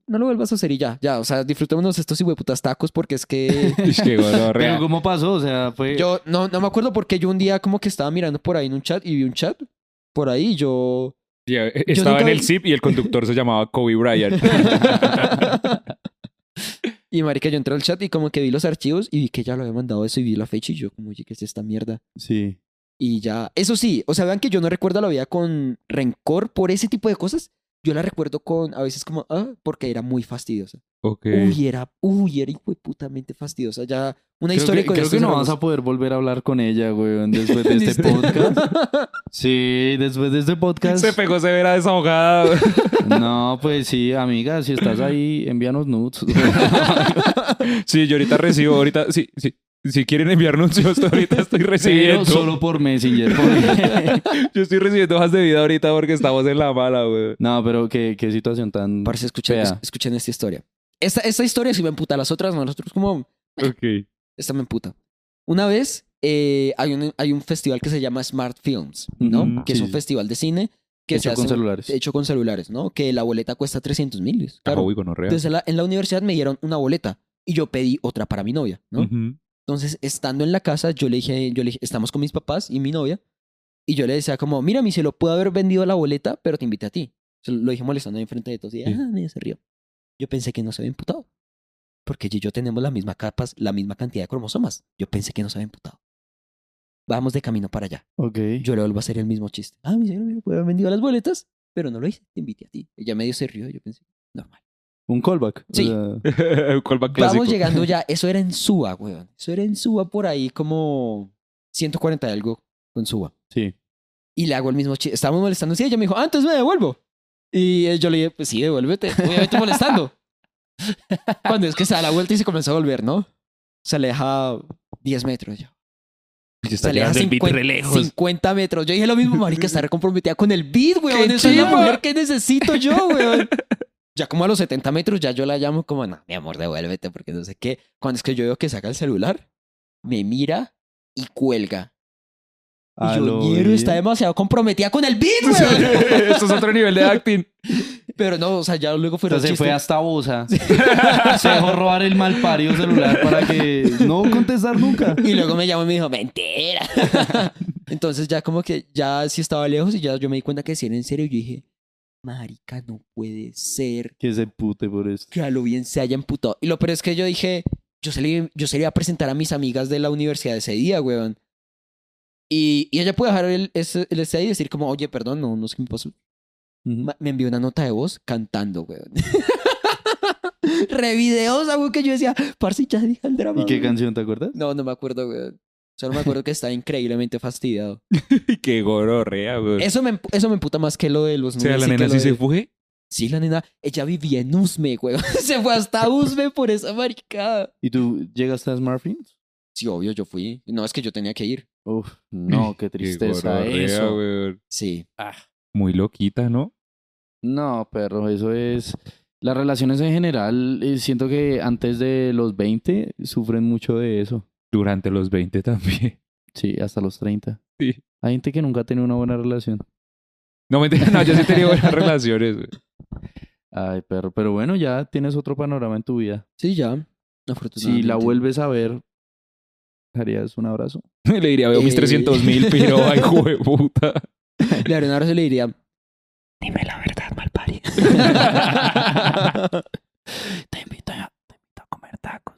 Speaker 1: no lo vuelvas a hacer y ya, ya, o sea, disfrutémonos estos hijo de putas tacos porque es que
Speaker 2: Ish,
Speaker 3: [laughs]
Speaker 2: qué gonorrea.
Speaker 3: Pero ¿cómo pasó? O sea, fue...
Speaker 1: yo no, no me acuerdo porque yo un día como que estaba mirando por ahí en un chat y vi un chat por ahí y yo...
Speaker 2: Sí, eh, Estaba en
Speaker 1: nunca
Speaker 2: el
Speaker 1: vi-
Speaker 2: zip y el conductor se llamaba Kobe
Speaker 3: [laughs]
Speaker 2: Bryant.
Speaker 1: Y marica, yo entré al chat y como que vi los archivos y vi que ya lo había mandado eso y vi la fecha y yo como, oye, ¿qué es esta mierda?
Speaker 3: Sí.
Speaker 1: Y ya, eso sí, o sea, vean que yo no recuerdo la vida con rencor por ese tipo de cosas. Yo la recuerdo con, a veces como, ah, porque era muy fastidiosa.
Speaker 2: ok.
Speaker 1: Uy, era, uy, era putamente fastidiosa. Ya, una
Speaker 3: Creo
Speaker 1: historia
Speaker 3: que,
Speaker 1: con
Speaker 3: creo que
Speaker 1: estos
Speaker 3: no vas
Speaker 1: hermanos.
Speaker 3: a poder volver a hablar con ella, güey,
Speaker 1: [laughs]
Speaker 3: después de este podcast. Sí, después de este podcast.
Speaker 2: [laughs] Se pegó severa desahogada. [laughs]
Speaker 3: No, pues sí, amiga, si estás ahí, envíanos
Speaker 2: [laughs]
Speaker 3: nudes.
Speaker 2: Sí, yo ahorita recibo, ahorita, sí, sí. Si quieren enviar anuncios, [laughs] ahorita estoy
Speaker 3: Pero
Speaker 2: recibiendo.
Speaker 3: solo por Messenger. porque-
Speaker 2: Yo estoy recibiendo hojas de vida ahorita porque estamos en la mala, güey.
Speaker 3: [laughs] No, pero qué, qué situación tan...
Speaker 1: Parce, escuchen,
Speaker 3: Vea.
Speaker 1: es- escuchen esta historia. Esta, esta historia sí me emputa, las otras no, las otras como,
Speaker 2: Ok.
Speaker 1: esta me emputa. Una vez eh, hay, un, hay un festival que se llama Smart Films, ¿no?
Speaker 2: Ujú,
Speaker 1: que es
Speaker 3: sí,
Speaker 1: un
Speaker 3: sí.
Speaker 1: festival de cine que se
Speaker 3: Hecho con
Speaker 1: hace- Eh,
Speaker 3: celulares.
Speaker 1: hecho con celulares, ¿no? Que la boleta cuesta 300 mil.
Speaker 2: Claro.
Speaker 1: Claro. Entonces en la, en la universidad me dieron una boleta y yo pedí otra para mi novia, ¿no? Entonces, estando en la casa, yo le dije, yo le dije, estamos con mis papás y mi novia, y yo le decía como, mira, mi cielo, puedo haber vendido la boleta, pero te invité a ti. Se lo lo dije molestando ahí enfrente de todos y
Speaker 2: Sí.
Speaker 1: ah, medio se rió. Yo pensé que no se había imputado, porque ella y yo tenemos la misma capas, la misma cantidad de cromosomas. Yo pensé que no se había imputado. Vamos de camino para allá.
Speaker 3: Ok.
Speaker 1: Yo le vuelvo a hacer el mismo chiste. Ah, mi cielo, mira, puedo haber vendido las boletas, pero no lo hice, te invité a ti. Ella medio se rió, yo pensé, normal.
Speaker 3: Un callback.
Speaker 1: Sí.
Speaker 3: sea,
Speaker 2: [laughs] Callback clásico.
Speaker 1: Vamos llegando ya. Eso era en Suba, weón. Eso era en Suba por ahí como 140 y algo con Suba.
Speaker 3: sí.
Speaker 1: Y le hago el mismo chiste. Estábamos molestando. Sí, ella me dijo, ah, entonces me devuelvo. Y eh, yo le dije, pues sí, devuélvete. Voy a verte molestando. [laughs] Cuando es que se da la vuelta y se comenzó a volver, ¿no? Se aleja 10 metros ya.
Speaker 2: Ya
Speaker 1: Se
Speaker 2: está
Speaker 1: aleja
Speaker 2: llegando el beat
Speaker 1: 50,
Speaker 2: re lejos.
Speaker 1: 50 metros. Yo dije lo mismo, marica,
Speaker 2: [laughs]
Speaker 1: estar comprometida con el beat, weón.
Speaker 2: ¡Qué
Speaker 1: Esa es la
Speaker 2: chiva!
Speaker 1: mujer que necesito yo, weón. Ya como a los 70 metros ya yo la llamo como, no, mi amor, devuélvete porque no sé qué. Cuando es que yo veo que saca el celular, me mira y cuelga. Y
Speaker 3: A
Speaker 1: yo,
Speaker 3: lo
Speaker 1: "Ñero,
Speaker 3: bien.
Speaker 1: está demasiado comprometida con el beat, weón.
Speaker 2: Esto es otro nivel de acting.
Speaker 1: Pero no, o sea, ya luego fueron
Speaker 3: Entonces se fue
Speaker 1: chistes.
Speaker 3: hasta Bosa. se dejó robar el mal parido celular para que no contestar nunca.
Speaker 1: Y luego me llamó y me dijo, mentira. [laughs] Entonces ya como que ya sí estaba lejos y ya yo me di cuenta que si era en serio. Yo dije, marica, no puede ser.
Speaker 3: Que se pute por esto.
Speaker 1: que a lo bien se haya emputado. Y lo peor es que yo dije, yo se, le, yo se le iba a presentar a mis amigas de la universidad ese día, weón. Y, y ella puede dejar el, ese, el ese ahí y decir como, oye, perdón, no, no sé qué me pasó. Ma- Me envió una nota de voz cantando,
Speaker 2: [laughs]
Speaker 1: weón. Re videosa, weón, que yo decía, parce, ya dije el drama.
Speaker 3: ¿Y qué
Speaker 1: weón".
Speaker 3: canción te acuerdas?
Speaker 1: No, no me acuerdo, weón. Solo me acuerdo que estaba increíblemente
Speaker 2: [laughs]
Speaker 1: fastidiado.
Speaker 2: Y qué gororrea, güey.
Speaker 1: Eso me, empu- eso me emputa más que lo de los
Speaker 2: O sea,
Speaker 1: nudes
Speaker 2: la
Speaker 1: y que
Speaker 2: nena
Speaker 1: lo
Speaker 2: sí
Speaker 1: de-
Speaker 2: se fue.
Speaker 1: Sí, la nena, ella vivía en Usme, weón. [laughs] se fue hasta Usme por esa maricada.
Speaker 3: ¿Y tú llegaste a Smartphones?
Speaker 1: Sí, obvio, yo fui. No, es que yo tenía que ir.
Speaker 3: Uf, [laughs] no, qué
Speaker 2: Qué
Speaker 3: tristeza
Speaker 2: gororrea,
Speaker 3: eso.
Speaker 2: güey.
Speaker 1: Sí.
Speaker 2: Muy loquita, ¿no?
Speaker 3: No, perro, eso es... Las relaciones en general, eh, siento que antes de los 20 sufren mucho de eso.
Speaker 2: Durante los
Speaker 1: [laughs]
Speaker 2: 20 también.
Speaker 3: Sí, hasta los 30.
Speaker 2: Sí.
Speaker 3: Hay gente que nunca ha tenido una buena relación.
Speaker 2: No, mentira, no, yo sí he tenido buenas relaciones, güey.
Speaker 1: [laughs]
Speaker 3: Ay, perro, pero bueno, ya tienes otro panorama en tu vida.
Speaker 1: Sí, ya.
Speaker 3: Si
Speaker 1: Afortunadamente. [laughs]
Speaker 3: la vuelves a ver, ¿harías un abrazo?
Speaker 2: Le diría, veo mis
Speaker 1: Eh.
Speaker 2: 300 mil, pero ay, hijo
Speaker 1: [laughs]
Speaker 2: de [laughs] puta.
Speaker 1: Le daría un abrazo y le diría... Dime la verdad, malpari. te invito a... Te invito a comer tacos.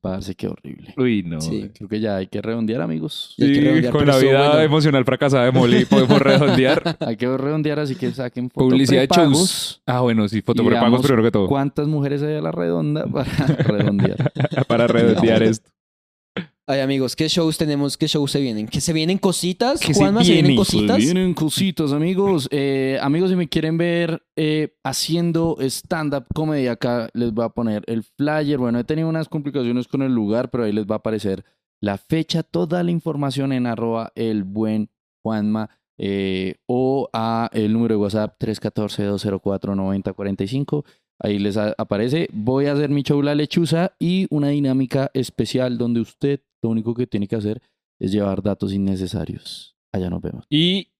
Speaker 3: Parce, qué horrible.
Speaker 2: [laughs] Uy, no.
Speaker 1: Sí.
Speaker 2: güey.
Speaker 3: Creo que ya hay que redondear, [laughs] amigos.
Speaker 1: Y hay que
Speaker 2: Sí,
Speaker 1: redondear,
Speaker 2: con
Speaker 1: pero
Speaker 2: la
Speaker 1: estuvo
Speaker 2: vida
Speaker 1: bueno.
Speaker 2: emocional fracasada de Molly podemos
Speaker 1: [laughs]
Speaker 2: redondear. [laughs]
Speaker 3: Hay que redondear, así que saquen foto
Speaker 2: Publicidad de
Speaker 3: prepagos.
Speaker 2: shows. Ah, bueno, sí,
Speaker 3: Y
Speaker 2: fotopropagos
Speaker 3: veamos
Speaker 2: primero que todo.
Speaker 3: ¿Cuántas mujeres hay a la redonda [laughs] para redondear?
Speaker 2: [laughs] Para
Speaker 1: [laughs]
Speaker 2: redondear esto.
Speaker 1: Ay, amigos, ¿qué shows tenemos? ¿Qué shows se vienen? ¿Que se vienen cositas?
Speaker 2: ¿Que se
Speaker 1: Juanma, ¿se vienen
Speaker 2: vienen?
Speaker 1: cositas?
Speaker 3: Pues Vienen cositas, amigos. Eh, amigos, si me quieren ver eh, haciendo stand-up comedy, acá les voy a poner el flyer. Bueno, he tenido unas complicaciones con el lugar, pero ahí les va a aparecer la fecha, toda la información en arroba el buen Juanma eh, o a el número de WhatsApp 314-204-9045. Ahí les a- aparece. Voy a hacer mi show La Lechuza y una dinámica especial donde usted lo único que tiene que hacer es llevar datos innecesarios. Allá nos vemos.
Speaker 2: Y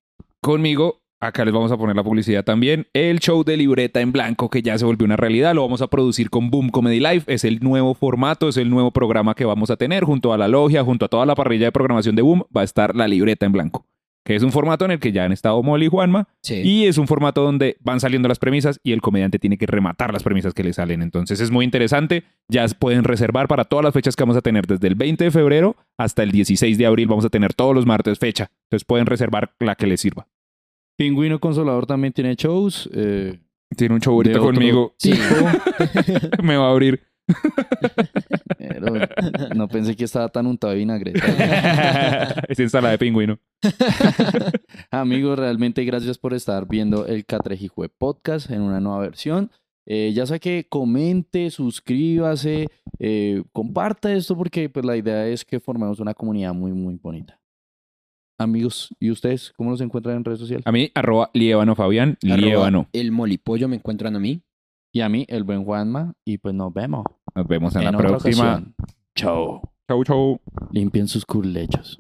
Speaker 2: conmigo, acá les vamos a poner la publicidad también. El show de libreta en blanco que ya se volvió una realidad. Lo vamos a producir con Boom Comedy Live. Es el nuevo formato, es el nuevo programa que vamos a tener junto a la logia, junto a toda la parrilla de programación de Boom. Va a estar la libreta en blanco. Que es un formato en el que ya han estado Molly y Juanma.
Speaker 1: Sí.
Speaker 2: Y es un formato donde van saliendo las premisas y el comediante tiene que rematar las premisas que le salen. Entonces es muy interesante. Ya pueden reservar para todas las fechas que vamos a tener desde el 20 de febrero hasta el 16 de abril. Vamos a tener todos los martes fecha. Entonces pueden reservar la que les sirva.
Speaker 3: Pingüino Consolador también tiene shows. eh,
Speaker 2: Tiene un show
Speaker 3: De
Speaker 2: ahorita
Speaker 3: otro-
Speaker 2: [laughs] conmigo.
Speaker 1: Sí. [laughs]
Speaker 2: Me va a abrir.
Speaker 3: pero [laughs] no pensé que estaba tan untado
Speaker 2: [laughs]
Speaker 3: de vinagre.
Speaker 2: [laughs] es ensalada de pingüino.
Speaker 3: Amigos, realmente gracias por estar viendo el Catrejijue Podcast en una nueva versión. Eh, ya sea que comente, suscríbase, eh, comparta esto porque pues, la idea es que formemos una comunidad muy, muy bonita. Amigos, ¿y ustedes cómo los encuentran en redes sociales?
Speaker 2: A mí, arroba lievano Fabián, lievano.
Speaker 1: Arroba El molipollo me encuentran a mí.
Speaker 3: Y a mí, el buen Juanma, y pues nos vemos
Speaker 2: Nos vemos en, la
Speaker 3: otra
Speaker 2: próxima.
Speaker 3: ocasión. Chao.
Speaker 8: Chau,
Speaker 2: Chau.
Speaker 8: chau.
Speaker 3: Limpien sus culechos.